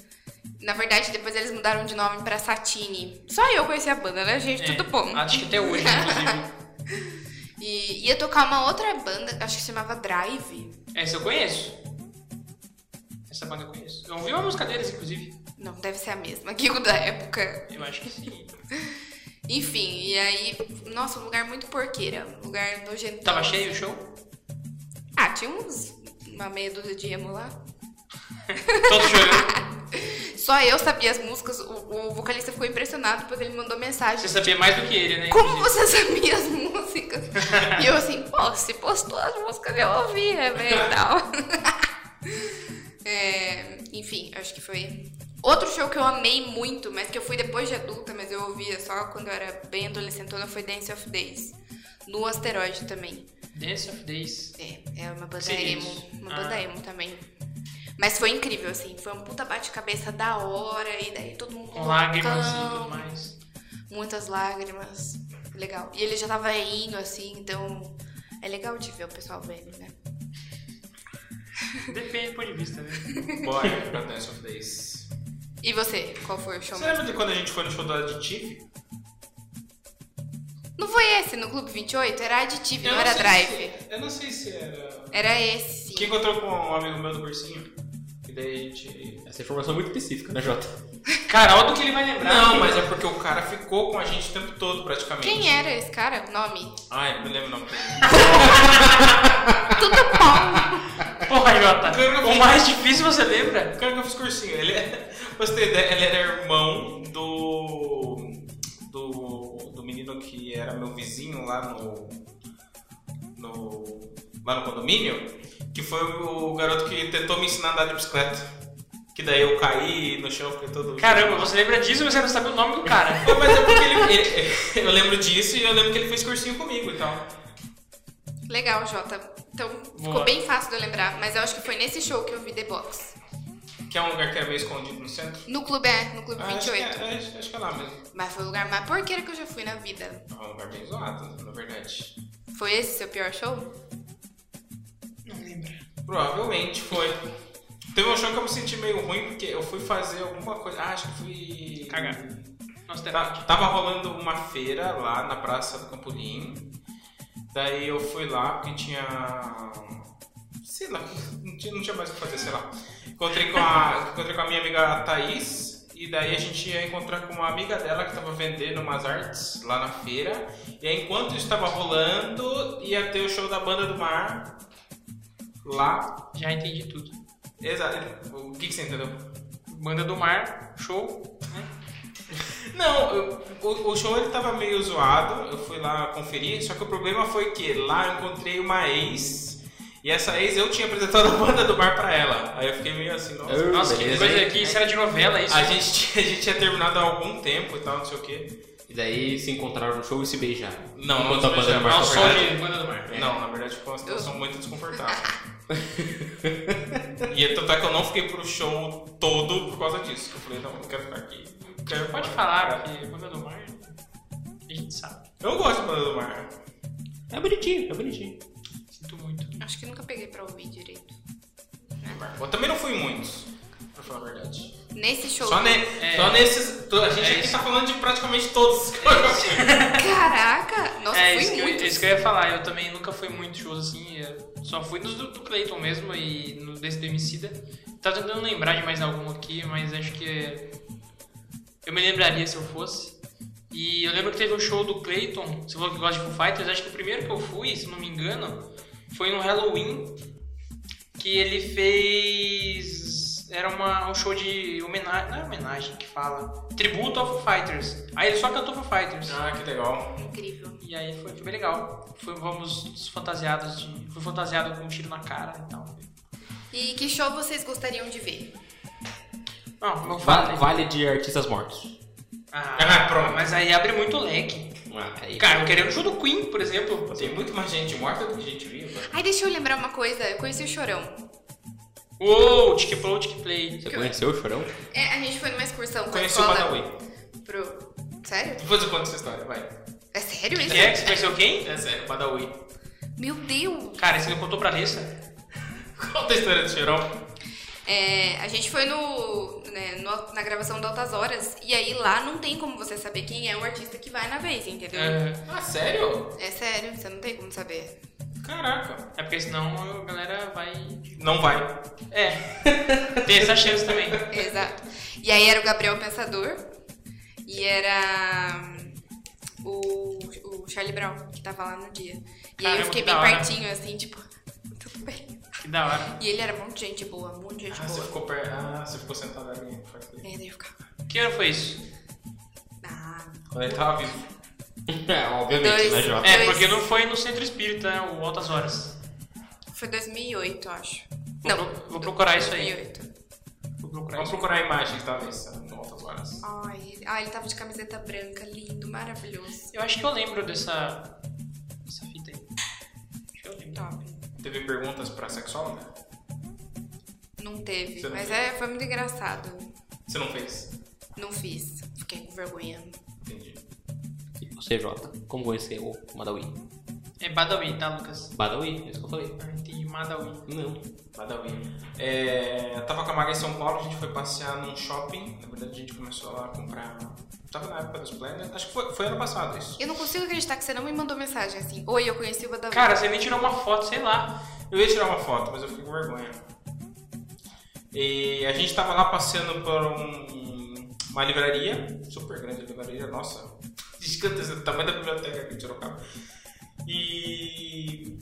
Speaker 2: Na verdade, depois eles mudaram de nome pra Satine. Só eu conheci a banda, né, gente?
Speaker 4: É,
Speaker 2: Tudo bom.
Speaker 4: Acho que até hoje, inclusive.
Speaker 2: E ia tocar uma outra banda, acho que chamava Drive.
Speaker 4: Essa eu conheço. Essa banda eu conheço. Eu ouvi uma música deles, inclusive.
Speaker 2: Não, deve ser a mesma, Guigo da época.
Speaker 4: Eu acho que sim.
Speaker 2: Enfim, e aí, nossa, um lugar muito porqueira. Um lugar nojento.
Speaker 4: Tava cheio o show?
Speaker 2: Ah, tinha uns. Uma meia dúzia de emo lá.
Speaker 4: Todos chorando.
Speaker 2: Só eu sabia as músicas, o, o vocalista ficou impressionado, depois ele mandou mensagem.
Speaker 4: Você sabia mais do que ele, né?
Speaker 2: Como você sabia as músicas? e eu assim, pô, se postou as músicas eu ouvia, velho, e tal. É, enfim, acho que foi. Outro show que eu amei muito, mas que eu fui depois de adulta, mas eu ouvia só quando eu era bem adolescentona, foi Dance of Days. No Asteroide também.
Speaker 4: Dance of Days.
Speaker 2: É, é uma banda
Speaker 4: Seria
Speaker 2: emo.
Speaker 4: isso.
Speaker 2: Uma
Speaker 4: Ah.
Speaker 2: banda emo também. Mas foi incrível, assim. Foi um puta bate-cabeça da hora. E daí todo mundo
Speaker 4: Com lágrimas e
Speaker 2: loucão,
Speaker 4: tudo mais.
Speaker 2: Muitas lágrimas. Legal. E ele já tava indo, assim, então... É legal de ver o pessoal vendo, né?
Speaker 4: Depende do ponto de vista, né?
Speaker 3: Bora pra Dance of Days.
Speaker 2: E você? Qual foi o show?
Speaker 3: Você lembra de quando a gente foi no show da Additive?
Speaker 2: Não foi esse no Clube 28? Era aditivo,
Speaker 3: Eu
Speaker 2: não era
Speaker 3: sei
Speaker 2: drive.
Speaker 3: se- é- eu não sei se era...
Speaker 2: Era esse, sim.
Speaker 3: Que encontrou com um amigo meu do cursinho. E daí a gente...
Speaker 1: Essa informação é muito específica, né, Jota?
Speaker 4: Carol, do que ele vai lembrar?
Speaker 3: Não, mas é porque o cara ficou com a gente o tempo todo, praticamente.
Speaker 2: Quem era esse cara? Nome?
Speaker 3: Ai, não me lembro o nome dele.
Speaker 2: Tudo bom.
Speaker 4: Porra, Jota.
Speaker 3: Claro que eu
Speaker 4: O
Speaker 3: vi.
Speaker 4: mais difícil você lembra?
Speaker 3: O cara que eu fiz cursinho, ele é. Pra você ter ideia, ele era irmão do. do. do menino que era meu vizinho lá no. no. lá no condomínio, que foi o garoto que tentou me ensinar a andar de bicicleta. Que daí eu caí no chão, fiquei todo.
Speaker 4: Caramba, você lembra disso, mas você não sabe o nome do cara.
Speaker 3: Pô, Mas é porque ele, ele- eu lembro disso e eu lembro que ele fez cursinho comigo então. e tal.
Speaker 2: Legal, Jota. Então, ficou
Speaker 4: Boa.
Speaker 2: bem fácil de eu lembrar. Mas eu acho que foi nesse show que eu vi The Box.
Speaker 3: Que é um lugar que é meio escondido no centro.
Speaker 2: No Clube é, no Clube
Speaker 3: Ah, Acho que,
Speaker 2: 28.
Speaker 3: é, acho- acho que é lá mesmo.
Speaker 2: Mas foi o lugar mais porqueiro que eu já fui na vida.
Speaker 3: É um lugar bem zoado, na verdade.
Speaker 2: Foi esse seu pior show?
Speaker 4: Não lembro.
Speaker 3: Provavelmente foi. Teve um show que eu me senti meio ruim porque eu fui fazer alguma coisa. Ah, acho que fui.
Speaker 4: Cagar. Nossa, tem
Speaker 3: Tá- Tava rolando uma feira lá na Praça do Campolim. Daí eu fui lá porque tinha. Sei lá, não tinha, não tinha mais o que fazer, sei lá. Encontrei com, a, encontrei com a minha amiga Thaís. E daí a gente ia encontrar com uma amiga dela que tava vendendo umas artes lá na feira. E aí, enquanto isso tava rolando, ia ter o show da Banda do Mar lá
Speaker 4: Já entendi tudo.
Speaker 3: Exato. O que, que você entendeu?
Speaker 4: Banda do Mar, show. né?
Speaker 3: Não, eu- o, o show ele tava meio zoado, eu fui lá conferir, só que o problema foi que lá eu encontrei uma ex, e essa ex eu tinha apresentado a banda do bar pra ela. Aí eu fiquei meio assim, nossa.
Speaker 1: Eu-
Speaker 4: Nossa, que
Speaker 1: Beleza,
Speaker 4: coisa
Speaker 1: hein?
Speaker 4: aqui, isso era de novela, isso?
Speaker 3: A gente, tinha- a gente tinha terminado há algum tempo e tal, não sei o que.
Speaker 1: E daí se encontraram no show e se beijaram.
Speaker 3: Não, tá não
Speaker 1: Enquanto a
Speaker 3: se
Speaker 1: tá banda
Speaker 3: beijaram.
Speaker 1: do Mar
Speaker 4: Não,
Speaker 1: tocava.
Speaker 4: só de Banda do Mar.
Speaker 3: Não, na verdade foi uma situação muito desconfortável. e tanto é que eu não fiquei pro show todo por causa disso. Eu falei, não, não quero ficar aqui. não quero ir embora.
Speaker 4: Pode falar, porque Banda do Mar, a gente sabe.
Speaker 3: Eu gosto da banda do mar.
Speaker 1: É bonitinho, é bonitinho.
Speaker 4: Sinto muito.
Speaker 2: Acho que nunca peguei pra ouvir direito.
Speaker 3: Eu também não fui em muitos, pra falar a verdade.
Speaker 2: Nesse show.
Speaker 3: Só, ne,
Speaker 4: É.
Speaker 3: só nesses. to- A gente
Speaker 4: É
Speaker 3: aqui
Speaker 4: isso.
Speaker 3: tá falando de praticamente todos. que eu fui.
Speaker 2: Caraca! Nossa,
Speaker 4: é,
Speaker 2: fui
Speaker 4: isso que, eu,
Speaker 2: muito.
Speaker 4: isso que eu ia falar. Eu também nunca fui em muitos shows assim. eu Só fui nos do, do Clayton mesmo e no desse do Emicida. Tá tentando lembrar de mais algum aqui, mas acho que eu me lembraria se eu fosse. E eu lembro que teve um show do Clayton. Você falou que gosta de Foo Fighters. Acho que o primeiro que eu fui, se não me engano, foi no Halloween que ele fez. Era uma, um show de homenagem. Não é homenagem que fala. Tributo ao Foo Fighters. Aí ele só cantou Foo Fighters.
Speaker 3: Ah, que legal.
Speaker 2: Incrível.
Speaker 4: E aí foi, foi bem legal. Foi, fomos fantasiados de. Fui fantasiado com um tiro na cara e tal.
Speaker 2: E que show vocês gostariam de ver?
Speaker 4: Não, não fala.
Speaker 1: Vale,
Speaker 4: né?
Speaker 1: vale de artistas mortos.
Speaker 4: Ah,
Speaker 3: Ah, pronto.
Speaker 4: Mas aí abre muito leque.
Speaker 1: Ah, Aí-
Speaker 4: Cara, eu queria um show do Queen, por exemplo.
Speaker 3: Tem muito mais gente morta do que gente viva.
Speaker 2: Ai, deixa eu lembrar uma coisa. Eu conheci o Chorão.
Speaker 4: Uou, Tic Pro, Tic Play.
Speaker 1: Você conheceu o Chorão?
Speaker 2: É, a gente foi numa excursão com a
Speaker 3: Conheci o
Speaker 2: escola.
Speaker 3: Badawi.
Speaker 2: pro... Sério?
Speaker 3: Depois eu conto essa história, vai.
Speaker 2: É sério isso?
Speaker 4: Quem é? Você conheceu quem?
Speaker 3: É sério, Badawi.
Speaker 2: Meu Deus!
Speaker 4: Cara, você não contou pra Alessa?
Speaker 3: Conta a história do Cheirão.
Speaker 2: É, a gente foi no, né, no- na gravação do Altas Horas, e aí lá não tem como você saber quem é o artista que vai na vez, entendeu? É,
Speaker 4: É,
Speaker 3: Ah, sério?
Speaker 2: sério, você não tem como saber.
Speaker 3: Caraca.
Speaker 4: é porque senão a galera vai.
Speaker 3: Não vai.
Speaker 4: É. Tem essa chance também.
Speaker 2: Exato. E aí era o Gabriel Pensador, e era hum, o, o Charlie Brown, que tava lá no dia. E aí
Speaker 4: Caramba,
Speaker 2: eu fiquei
Speaker 4: que
Speaker 2: bem
Speaker 4: da hora.
Speaker 2: pertinho, assim, tipo, tudo bem.
Speaker 4: Que Da hora.
Speaker 2: E ele era muito gente boa, muito gente
Speaker 3: Ah, você
Speaker 2: boa.
Speaker 3: ficou perto. Ah, você ficou sentado ali. Pode crer.
Speaker 2: É, daí eu ficava.
Speaker 4: Que ano foi isso?
Speaker 2: Ah,
Speaker 3: Quando ele tava vivo.
Speaker 1: É, obviamente,
Speaker 2: Dois.
Speaker 1: né, Jota?
Speaker 4: É,
Speaker 2: Dois.
Speaker 4: porque não foi no centro espírita, né? O Altas Horas.
Speaker 2: foi 2008, eu acho.
Speaker 4: Vou
Speaker 2: Não,
Speaker 4: pro- vou procurar isso aí.
Speaker 2: 2008.
Speaker 4: Vou procurar
Speaker 3: Vamos
Speaker 4: isso.
Speaker 3: procurar imagens, talvez. Em altas horas.
Speaker 2: Ai, ele- ah, ele tava de camiseta branca, lindo, maravilhoso.
Speaker 4: Eu acho que eu lembro dessa. dessa fita aí. Acho que eu lembro.
Speaker 2: Top.
Speaker 3: Teve perguntas pra sexóloga?
Speaker 2: Não teve,
Speaker 3: Você não
Speaker 2: mas
Speaker 3: fez?
Speaker 2: é, foi muito engraçado.
Speaker 3: Você não fez?
Speaker 2: Não fiz, fiquei com vergonha.
Speaker 3: Entendi.
Speaker 1: E você, Jota? Como conheceu o Madawi?
Speaker 4: É Badawi, tá, Lucas?
Speaker 1: Badawi, é isso que eu falei.
Speaker 4: Ah, Entendi, Madawi.
Speaker 1: Não.
Speaker 3: Badawi. É, tava com a Maga em São Paulo, a gente foi passear num shopping. Na verdade, a gente começou lá a comprar. Tava na época dos planners. Acho que foi, foi ano passado isso.
Speaker 2: Eu não consigo acreditar que você não me mandou mensagem assim. Oi, eu conheci o Badawi.
Speaker 4: Cara, você nem tirou uma foto, sei lá.
Speaker 3: Eu ia tirar uma foto, mas eu fiquei com vergonha. E a gente tava lá passeando por um- uma livraria, super grande livraria, nossa, gigantesca, do tamanho da biblioteca que tirou o carro. E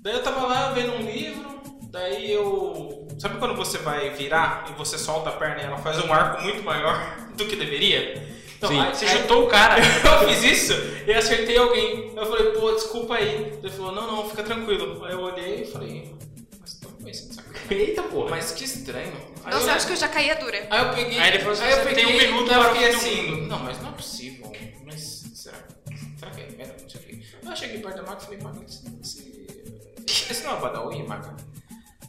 Speaker 3: daí eu tava lá vendo um livro, daí eu. Sabe quando você vai virar e você solta a perna e ela faz um arco muito maior do que deveria? Então,
Speaker 1: Sim.
Speaker 3: aí-
Speaker 4: Você
Speaker 3: aí-
Speaker 4: chutou o cara.
Speaker 3: eu fiz isso e acertei alguém. Eu falei, pô, desculpa aí. Ele falou, não, não, fica tranquilo. Aí eu olhei e falei, mas tô conhecendo essa cara.
Speaker 1: Eita porra.
Speaker 3: Mas que estranho. Aí
Speaker 2: Nossa,
Speaker 3: eu,
Speaker 2: eu acho que eu já caía dura.
Speaker 3: aí eu peguei.
Speaker 4: Aí ele falou assim,
Speaker 3: eu
Speaker 4: você
Speaker 3: peguei,
Speaker 4: tem um minuto
Speaker 3: daí eu
Speaker 4: para o
Speaker 3: fiquei
Speaker 4: fim do
Speaker 3: assim. Não, mas não é possível. Mas será que. Será que é merda? Não sei o quê. Aí Eu cheguei perto da maca e falei, Maca, esse. Esse, esse não é o Badawi, Maca?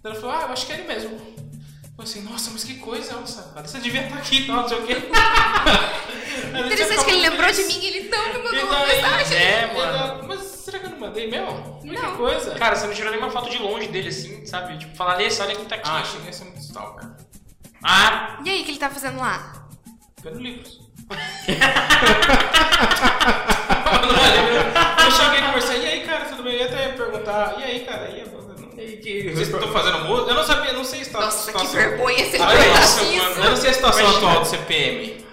Speaker 3: Daí Ela falou, ah, eu acho que é ele mesmo. Eu falei assim, nossa, mas que coisa, nossa, cara, você devia estar aqui, não, não sei o quê.
Speaker 2: Interessante que ele lembrou de mim e ele não me mandou
Speaker 3: E
Speaker 2: uma
Speaker 3: daí-
Speaker 2: mensagem.
Speaker 4: É,
Speaker 3: Eu
Speaker 4: mano.
Speaker 3: não- Mas será que eu não mandei mesmo?
Speaker 2: Não.
Speaker 3: Que coisa?
Speaker 4: Cara, você não tirou nenhuma foto de longe dele, assim, sabe? Tipo, falar, Alessa, olha quem tá aqui.
Speaker 3: ah, achei que ia ser muito stalker.
Speaker 4: Ah,
Speaker 2: E aí, o que ele tá fazendo lá?
Speaker 3: Vendo livros.
Speaker 4: eu
Speaker 3: Eu cheguei a conversar, e aí, cara, tudo bem? Eu ia até perguntar, e aí, cara, e agora? Não. Vocês estão fazendo música? Eu não sabia, não sei se tá
Speaker 2: Nossa, que
Speaker 3: situação.
Speaker 2: vergonha se ele
Speaker 3: Olha
Speaker 2: perguntasse
Speaker 3: isso,
Speaker 2: isso.
Speaker 3: mano. Eu não sei a situação
Speaker 4: Imagina.
Speaker 3: atual do CPM.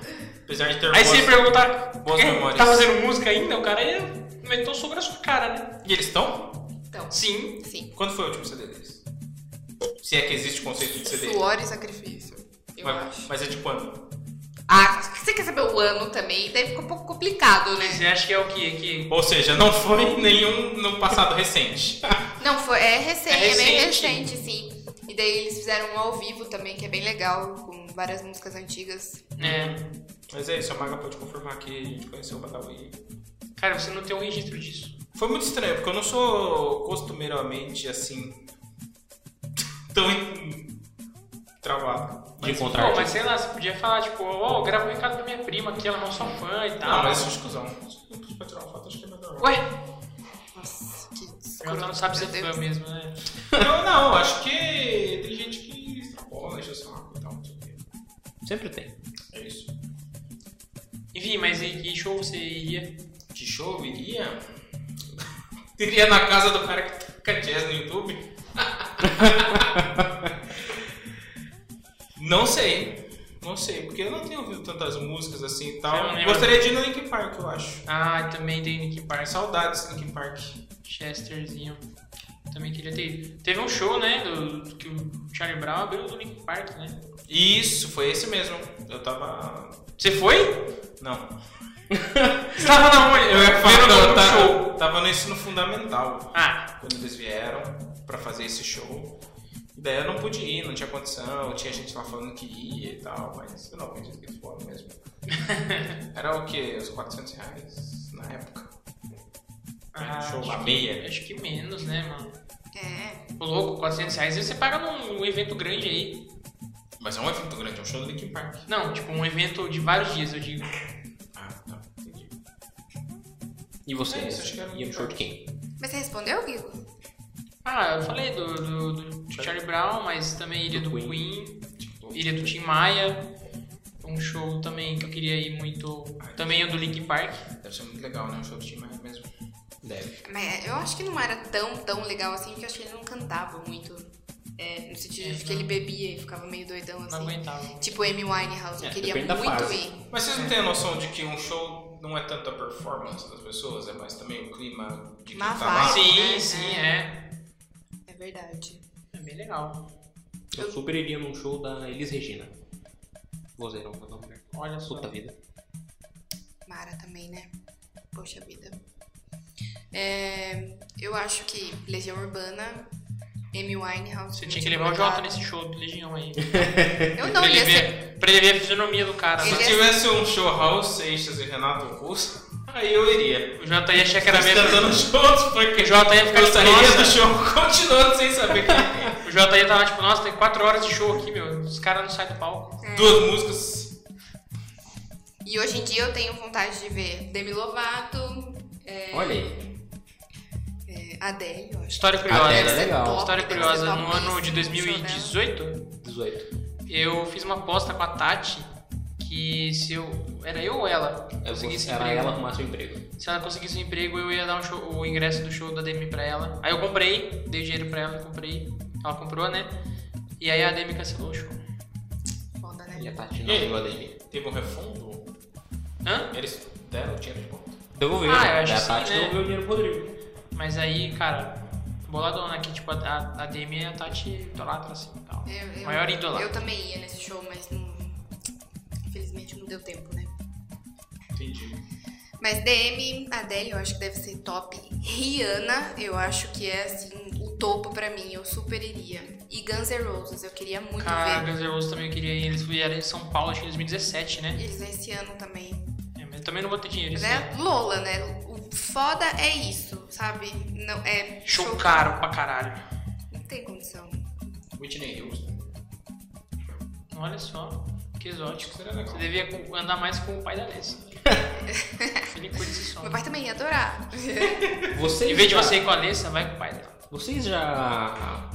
Speaker 3: Apesar de ter
Speaker 4: Aí
Speaker 3: boas-
Speaker 4: você perguntar,
Speaker 3: Boas
Speaker 4: "Quem
Speaker 3: memórias.
Speaker 4: tá fazendo música ainda? O cara ia meteu sobre a sua cara, né?
Speaker 3: E eles estão?
Speaker 2: Então,
Speaker 4: Sim.
Speaker 2: sim.
Speaker 3: Quando foi o último CD deles? Se é que existe o conceito de CD.
Speaker 2: Suor e sacrifício. Eu
Speaker 3: Mas,
Speaker 2: acho.
Speaker 3: mas é de quando?
Speaker 2: Ah, você quer saber o ano também? Daí fica um pouco complicado, né?
Speaker 4: Você acha que é o quê? Que...
Speaker 3: Ou seja, não foi nenhum no passado recente.
Speaker 2: Não, foi, é recente, é,
Speaker 4: É
Speaker 2: bem
Speaker 4: recente.
Speaker 2: recente, sim. E daí eles fizeram um ao vivo também, que é bem legal, com várias músicas antigas.
Speaker 4: É.
Speaker 3: Mas é isso, a Maga pode confirmar que a gente conheceu o Badawi.
Speaker 4: Cara, você não tem um registro disso.
Speaker 3: Foi muito estranho, porque eu não sou costumeiramente assim. tão en- travado.
Speaker 1: De
Speaker 3: Mas-
Speaker 1: encontrar
Speaker 4: Pô, mas
Speaker 1: artista.
Speaker 4: sei lá, você podia falar, tipo, ó, eu gravo um recado pra minha prima aqui, ela é nossa fã e tal.
Speaker 3: Não, mas isso é discussão. Não precisa pra tirar uma foto, acho que é melhor.
Speaker 4: Ué,
Speaker 2: Nossa, que
Speaker 4: ela
Speaker 2: escroto,
Speaker 4: não sabe ser
Speaker 2: meu Deus.
Speaker 4: fã mesmo, né?
Speaker 3: Não, não, acho que tem gente que extrapola, deixa o saco e tal, não sei o quê.
Speaker 1: Sempre tem.
Speaker 3: É isso.
Speaker 4: Enfim, mas e que show você iria?
Speaker 3: De show, eu iria. iria na casa do cara que toca jazz no YouTube. não sei. Não sei, porque eu não tenho ouvido tantas músicas assim e
Speaker 4: Eu não
Speaker 3: tal.
Speaker 4: lembro.
Speaker 3: Gostaria de ir no Linkin Park, eu acho.
Speaker 4: Ah, também tem Nick Park.
Speaker 3: Saudades do Linkin Park.
Speaker 4: Chesterzinho. Também queria ter ido. Teve um show, né, do, do- que o Charlie Brown abriu do Linkin Park, né?
Speaker 3: Isso, foi esse mesmo. Eu tava.
Speaker 4: Você foi?
Speaker 3: Não.
Speaker 4: Você tava na onde?
Speaker 3: Eu ia falar, tá.
Speaker 4: Vendo
Speaker 3: não, eu um
Speaker 4: algum show.
Speaker 3: tava, tava no ensino fundamental.
Speaker 4: Ah,
Speaker 3: quando eles vieram pra fazer esse show. E daí eu não pude ir, não tinha condição, tinha gente lá falando que ia e tal, mas eu não acredito que eles foram mesmo. Era o quê? Os 400 reais na época. Era um
Speaker 4: ah,
Speaker 3: show,
Speaker 4: acho
Speaker 3: a
Speaker 4: que-
Speaker 3: meia.
Speaker 4: Acho que menos, né, mano?
Speaker 2: É,
Speaker 4: Ô, louco, 400 reais e você paga num evento grande aí.
Speaker 3: Mas é um evento grande, é um show do Linkin Park.
Speaker 4: Não, tipo, um evento de vários dias, eu digo.
Speaker 3: Ah, tá, entendi.
Speaker 1: E você?
Speaker 3: É isso, acho que era um
Speaker 1: e um show de quem?
Speaker 2: mas você respondeu, Guigo?
Speaker 4: Ah, eu falei do, do, do Charlie Brown, mas também Ilha do,
Speaker 1: Do
Speaker 4: Queen.
Speaker 1: Queen.
Speaker 4: Ilha do Tim Maia. Um show também que eu queria ir muito. Também o do Linkin Park.
Speaker 3: Deve ser muito legal, né? Um show do Tim Maia mesmo.
Speaker 1: Deve.
Speaker 2: Mas é, eu acho que não era tão, tão legal assim, porque eu acho que ele não cantava muito. É, no sentido de que ele bebia e ficava meio doidão
Speaker 4: Não
Speaker 2: assim.
Speaker 4: aguentava.
Speaker 2: Tipo Amy Winehouse, eu
Speaker 1: É,
Speaker 2: queria
Speaker 1: depende da
Speaker 2: muito
Speaker 1: fase.
Speaker 2: ir.
Speaker 3: Mas vocês não têm a noção de que um show não é tanto a performance das pessoas, é mais também o clima de quem
Speaker 2: Uma
Speaker 3: tá lá?
Speaker 2: vibe.
Speaker 4: Sim,
Speaker 2: né?
Speaker 4: sim, é.
Speaker 2: É verdade.
Speaker 4: É bem bem legal.
Speaker 1: Eu super iria num show da Elis Regina. Vozeirão, vou dar uma mulher.
Speaker 4: Olha só.
Speaker 1: Puta vida.
Speaker 2: Mara também, né? Poxa vida. É, eu acho que Legião Urbana, Amy Winehouse.
Speaker 4: Você
Speaker 2: Ritmo
Speaker 4: tinha que levar o Jota
Speaker 2: Implacável.
Speaker 4: nesse show do Legião aí.
Speaker 2: Eu não,
Speaker 4: pra, ele
Speaker 2: ia ser.
Speaker 4: ver, pra ele ver a fisionomia do cara.
Speaker 2: Ele
Speaker 3: Se
Speaker 4: né?
Speaker 2: é-
Speaker 3: tivesse um show Raul Seixas e Renato Russo, aí eu iria.
Speaker 4: O Jota ia achar que era
Speaker 3: Eles
Speaker 4: mesmo.
Speaker 3: cantando juntos, porque
Speaker 4: O Jota ia ficar
Speaker 3: tá eu sairia do
Speaker 4: nossa.
Speaker 3: show continuando sem saber quem é.
Speaker 4: O Jota ia tava tipo, nossa, tem 4 horas de show aqui, meu. Os caras não saem do palco.
Speaker 3: é. Duas músicas.
Speaker 2: E hoje em dia eu tenho vontade de ver Demi Lovato, é,
Speaker 1: Olha aí.
Speaker 2: é, Adele, eu acho.
Speaker 4: História curiosa.
Speaker 1: Adele,
Speaker 2: Deve ser
Speaker 1: é legal.
Speaker 2: top,
Speaker 4: História
Speaker 2: deve ser
Speaker 4: curiosa, no
Speaker 2: topíssimo
Speaker 4: ano de
Speaker 2: o show dela.
Speaker 4: 2018,
Speaker 1: 18.
Speaker 4: eu fiz uma aposta com a Tati que se eu. Era eu ou ela?
Speaker 1: Eu um. vou,
Speaker 4: Conseguisse
Speaker 1: era
Speaker 4: emprego.
Speaker 1: ela arrumasse o emprego.
Speaker 4: Se ela conseguisse um emprego, eu ia dar um show- o ingresso do show da Demi pra ela. Aí eu comprei, dei o dinheiro pra ela, comprei. Ela comprou, né? E aí a Demi cancelou o show.
Speaker 2: Foda, né?
Speaker 1: E a Tati
Speaker 3: E
Speaker 1: não
Speaker 3: aí?
Speaker 1: ligou a dele.
Speaker 3: Teve um refundo?
Speaker 4: Hã?
Speaker 3: Eles deram o dinheiro de volta?
Speaker 1: Devolveu. É,
Speaker 4: Ah, eu acho
Speaker 1: a
Speaker 4: que
Speaker 1: Tati
Speaker 4: sim, né?
Speaker 1: devolveu o dinheiro pro Rodrigo.
Speaker 4: Mas aí, cara, boladona aqui, tipo, a, a, a Demi e a Tati idolatra assim e tal.
Speaker 2: Eu- eu-
Speaker 4: Maior idolatra.
Speaker 2: Eu também ia nesse show, mas não- infelizmente não deu tempo, né?
Speaker 3: Entendi.
Speaker 2: Mas DM, Adele, eu acho que deve ser top. Rihanna, eu acho que é assim, o topo pra mim, eu super iria. E Guns N' Roses, eu queria muito
Speaker 4: Cara,
Speaker 2: ver.
Speaker 4: Guns N' Roses também eu queria ir. Eles vieram em São Paulo, acho que em 2017, né?
Speaker 2: Eles vêm esse ano também.
Speaker 4: É, mas eu também não vou ter dinheiro esse
Speaker 2: Né?
Speaker 4: ano.
Speaker 2: Lola, né? O foda é isso, sabe? Não, é
Speaker 4: Show caro pra caralho.
Speaker 2: Não tem condição.
Speaker 3: Whitney Houston.
Speaker 4: Olha só, que exótico.
Speaker 3: Seria legal.
Speaker 4: Você devia com- andar mais com o pai da Alessia. Ele curte esse som.
Speaker 2: Meu pai também ia adorar.
Speaker 1: Vocês
Speaker 4: Em vez de
Speaker 1: já-
Speaker 4: você ir com a Alessia, vai com o pai dela.
Speaker 1: Vocês já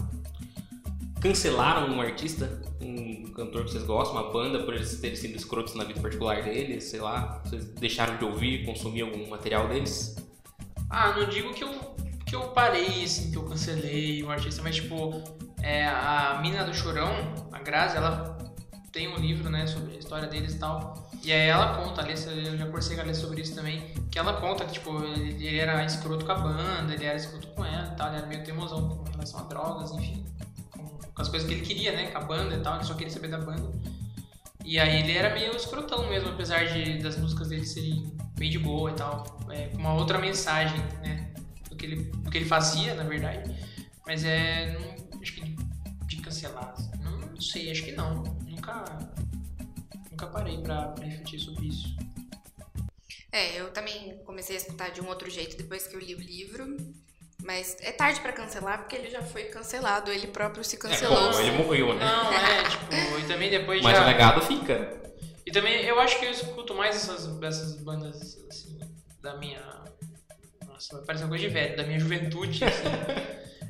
Speaker 1: cancelaram um artista, um cantor que vocês gostam, uma banda, por eles terem sido escrotos na vida particular deles, sei lá? Vocês deixaram de ouvir, consumir algum material deles?
Speaker 4: Ah, não digo que eu, que eu parei, assim, que eu cancelei o artista, mas tipo, é, a mina do Chorão, a Grazi, ela tem um livro, né, sobre a história deles e tal. E aí ela conta, a Alessa, eu já conversei com a Alessa sobre isso também, que ela conta que, tipo, ele, ele era escroto com a banda, ele era escroto com ela e tal, ele era meio teimosão com relação a drogas, enfim, com, com as coisas que ele queria, né, com a banda e tal, ele só queria saber da banda. E aí ele era meio escrotão mesmo, apesar de das músicas dele serem bem de boa e tal, é, com uma outra mensagem, né? Do que ele, do que ele fazia, na verdade. Mas é. Não, acho que de, de cancelar. assim, Não, não sei, acho que não. Nunca. Nunca parei pra, pra refletir sobre isso.
Speaker 2: É, eu também comecei a escutar de um outro jeito depois que eu li o livro. Mas é tarde pra cancelar, porque ele já foi cancelado. Ele próprio se cancelou.
Speaker 1: É, Bom, ele morreu, né?
Speaker 4: Não, é, tipo, e também depois
Speaker 1: Mas
Speaker 4: já.
Speaker 1: o legado fica.
Speaker 4: E também eu acho que eu escuto mais essas, essas bandas assim, da minha. Nossa, vai parecer uma coisa de velho, da minha juventude, assim.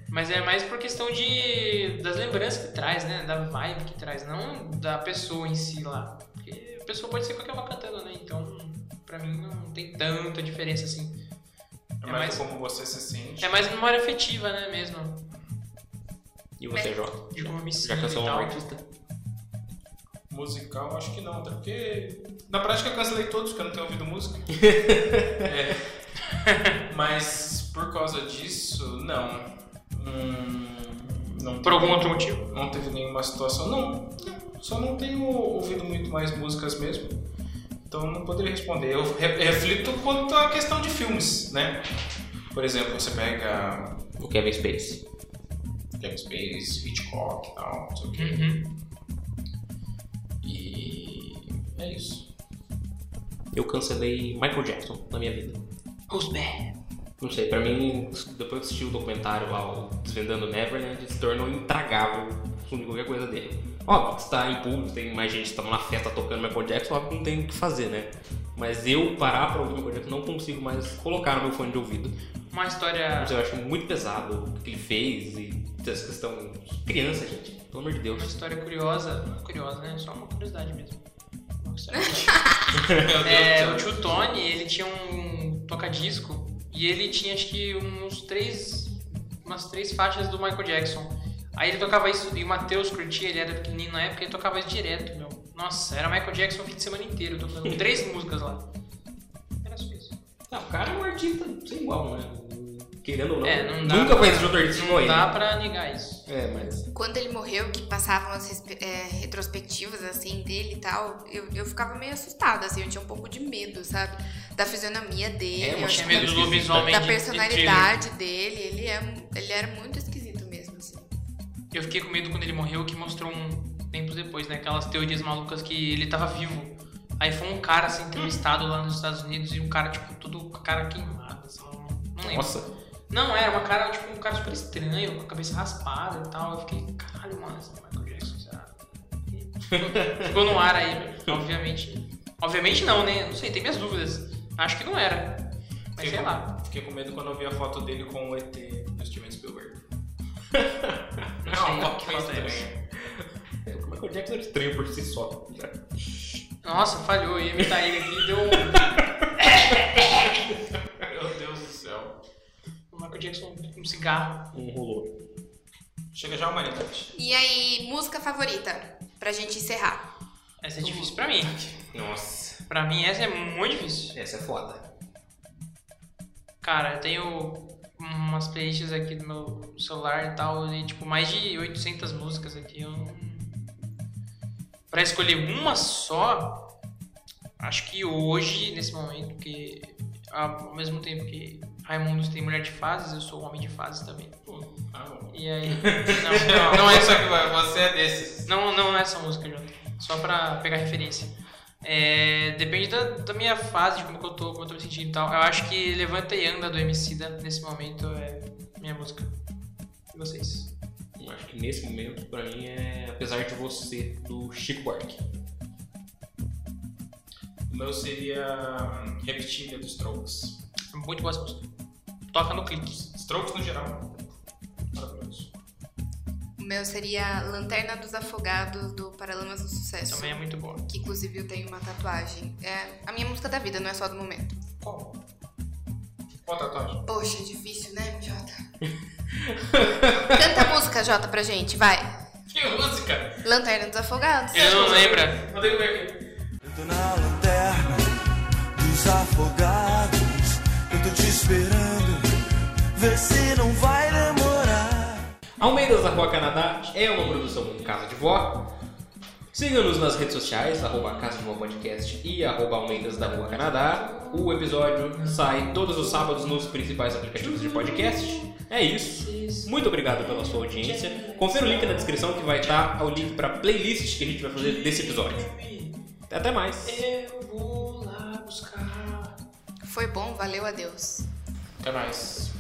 Speaker 4: Mas é mais por questão de. das lembranças que traz, né? Da vibe que traz, não da pessoa em si lá. Porque a pessoa pode ser qualquer uma cantando, né? Então, pra mim não tem tanta diferença assim.
Speaker 3: É
Speaker 4: É
Speaker 3: mais
Speaker 4: mais-
Speaker 3: como você se sente.
Speaker 4: É mais memória afetiva, né? Mesmo.
Speaker 1: E você, Jota?
Speaker 4: De como eu me sinto
Speaker 1: Já
Speaker 4: e
Speaker 1: cancelou um
Speaker 4: tal.
Speaker 1: artista?
Speaker 3: Musical, acho que não, até porque. Na prática eu cancelei todos, porque eu não tenho ouvido música. é. Mas por causa disso, não. Hum, não
Speaker 4: Por algum outro motivo.
Speaker 3: Não teve nenhuma situação. Não, não. Só não tenho ouvido muito mais músicas mesmo. Então não poderia responder. Eu re- reflito quanto à questão de filmes, né? Por exemplo, você pega
Speaker 1: O Kevin Space.
Speaker 3: James Space, Hitchcock e tal, não sei o quê.
Speaker 4: Uhum.
Speaker 3: E é isso.
Speaker 1: Eu cancelei Michael Jackson na minha vida.
Speaker 4: Who's bad?
Speaker 1: Não sei, pra mim, depois que eu assisti o documentário lá, o Desvendando Neverland, se tornou intragável consumir qualquer coisa dele. Óbvio que está em público, tem mais gente que tá numa festa tocando Michael Jackson, óbvio que não tem o que fazer, né? Mas eu parar pra ouvir Michael Jackson não consigo mais colocar no meu fone de ouvido.
Speaker 4: Uma história.
Speaker 1: Mas eu acho muito pesado o que ele fez e essa questão. Criança, gente, pelo amor de
Speaker 4: Uma
Speaker 1: Deus.
Speaker 4: história curiosa, não curiosa, né? Só uma curiosidade mesmo. Uma história
Speaker 3: Meu Deus
Speaker 4: é, o
Speaker 3: do céu.
Speaker 4: tio Tony, ele tinha um toca-disco e ele tinha acho que uns três, umas três faixas do Michael Jackson. Aí ele tocava isso e o Matheus curtia, ele era pequenininho na época, ele tocava isso direto, meu. Nossa, era Michael Jackson o fim de semana inteiro, tocando três músicas lá. Era só isso.
Speaker 1: Ah, o cara é um artista sem igual, né? Querendo ou não.
Speaker 4: É, não dá
Speaker 1: nunca
Speaker 4: pra-
Speaker 1: conheço outro artista igual
Speaker 4: Não
Speaker 1: ele.
Speaker 4: dá pra negar isso.
Speaker 1: É, mas.
Speaker 2: Quando ele morreu, que passavam as respe- é, retrospectivas, assim, dele e tal, eu, eu ficava meio assustada, assim, eu tinha um pouco de medo, sabe? Da fisionomia dele,
Speaker 1: É, eu tinha
Speaker 2: eu acho
Speaker 4: medo
Speaker 2: que
Speaker 4: do
Speaker 1: esquisito.
Speaker 4: lobisomem
Speaker 2: da
Speaker 4: de- de
Speaker 2: personalidade dele, ele, é, ele era muito esquisito mesmo, assim.
Speaker 4: thriller. Eu fiquei com medo quando ele morreu, que mostrou um tempo depois, né? Aquelas teorias malucas que ele tava vivo. Aí foi um cara assim, entrevistado lá nos Estados Unidos e um cara, tipo, tudo com a cara queimada, assim, não- não lembro.
Speaker 1: Nossa.
Speaker 4: Não, era uma cara, tipo, um cara super estranho, com a cabeça raspada e tal. Eu fiquei, caralho, mano, esse Michael Jackson, será? Ficou no ar aí, obviamente. Obviamente não, né? Não sei, tem minhas dúvidas. Acho que não era. Mas
Speaker 3: Fiquei
Speaker 4: sei
Speaker 3: com-
Speaker 4: lá.
Speaker 3: Fiquei com medo quando eu vi a foto dele com o ET do Steven Spielberg.
Speaker 4: Não sei
Speaker 3: foto
Speaker 4: que foto é
Speaker 3: estranha.
Speaker 1: é O Michael Jackson era estranho por si só.
Speaker 4: Nossa, falhou, ia imitar ele aqui e deu um.
Speaker 3: Meu Deus do céu.
Speaker 4: O Michael Jackson um cigarro.
Speaker 1: Um rolou.
Speaker 3: Chega já a humanidade.
Speaker 2: E aí, música favorita, pra gente encerrar.
Speaker 4: Essa é difícil pra mim.
Speaker 1: Nossa.
Speaker 4: Pra mim, essa é muito difícil.
Speaker 1: Essa é foda.
Speaker 4: Cara, eu tenho umas playlists aqui no meu celular e tal, e tipo, mais de 800 músicas aqui. Eu não... Pra escolher uma só, acho que hoje, nesse momento, que ao mesmo tempo que Raimundos tem mulher de fases, eu sou homem de fases também.
Speaker 3: Pô, tá bom.
Speaker 4: E aí. Não, não, não é
Speaker 3: só que você é desses.
Speaker 4: não, não é essa música, Jota. Só pra pegar referência. É, depende da, da minha fase, de como que eu tô, como eu tô me sentindo e tal. Eu acho que Levanta e Anda do Emicida, nesse momento, é minha música. E vocês?
Speaker 1: Eu acho que nesse momento, pra mim, é Apesar de Você, do Chico Buarque.
Speaker 3: O meu seria Reptilha dos Strokes.
Speaker 4: Muito boa essa música. Toca no clique.
Speaker 3: Strokes no geral. Maravilhoso.
Speaker 2: O meu seria Lanterna dos Afogados, do Paralamas do Sucesso.
Speaker 4: Também é muito boa.
Speaker 2: Que inclusive eu tenho uma tatuagem. É a minha música da vida, não é só do momento.
Speaker 3: Qual? Qual tatuagem?
Speaker 2: Poxa, difícil, né, Jota? Canta a música, Jota, pra gente, vai.
Speaker 3: Que música?
Speaker 2: Lanterna dos Afogados.
Speaker 4: Ele não lembra.
Speaker 3: Não tenho medo.
Speaker 5: Tô na lanterna dos afogados. Eu tô te esperando, vê se não vai demorar.
Speaker 1: Almeidas da Rua Canadá é uma produção em Casa de Vó. Siga-nos nas redes sociais, arroba Casa de Vó Podcast e arroba Almeidas da Rua Canadá. O episódio sai todos os sábados nos principais aplicativos de podcast. É isso. Muito obrigado pela sua audiência. Confira o link na descrição que vai estar o link para playlist que a gente vai fazer desse episódio. Até mais.
Speaker 4: Eu vou lá buscar.
Speaker 2: Foi bom, valeu, adeus.
Speaker 3: Até mais.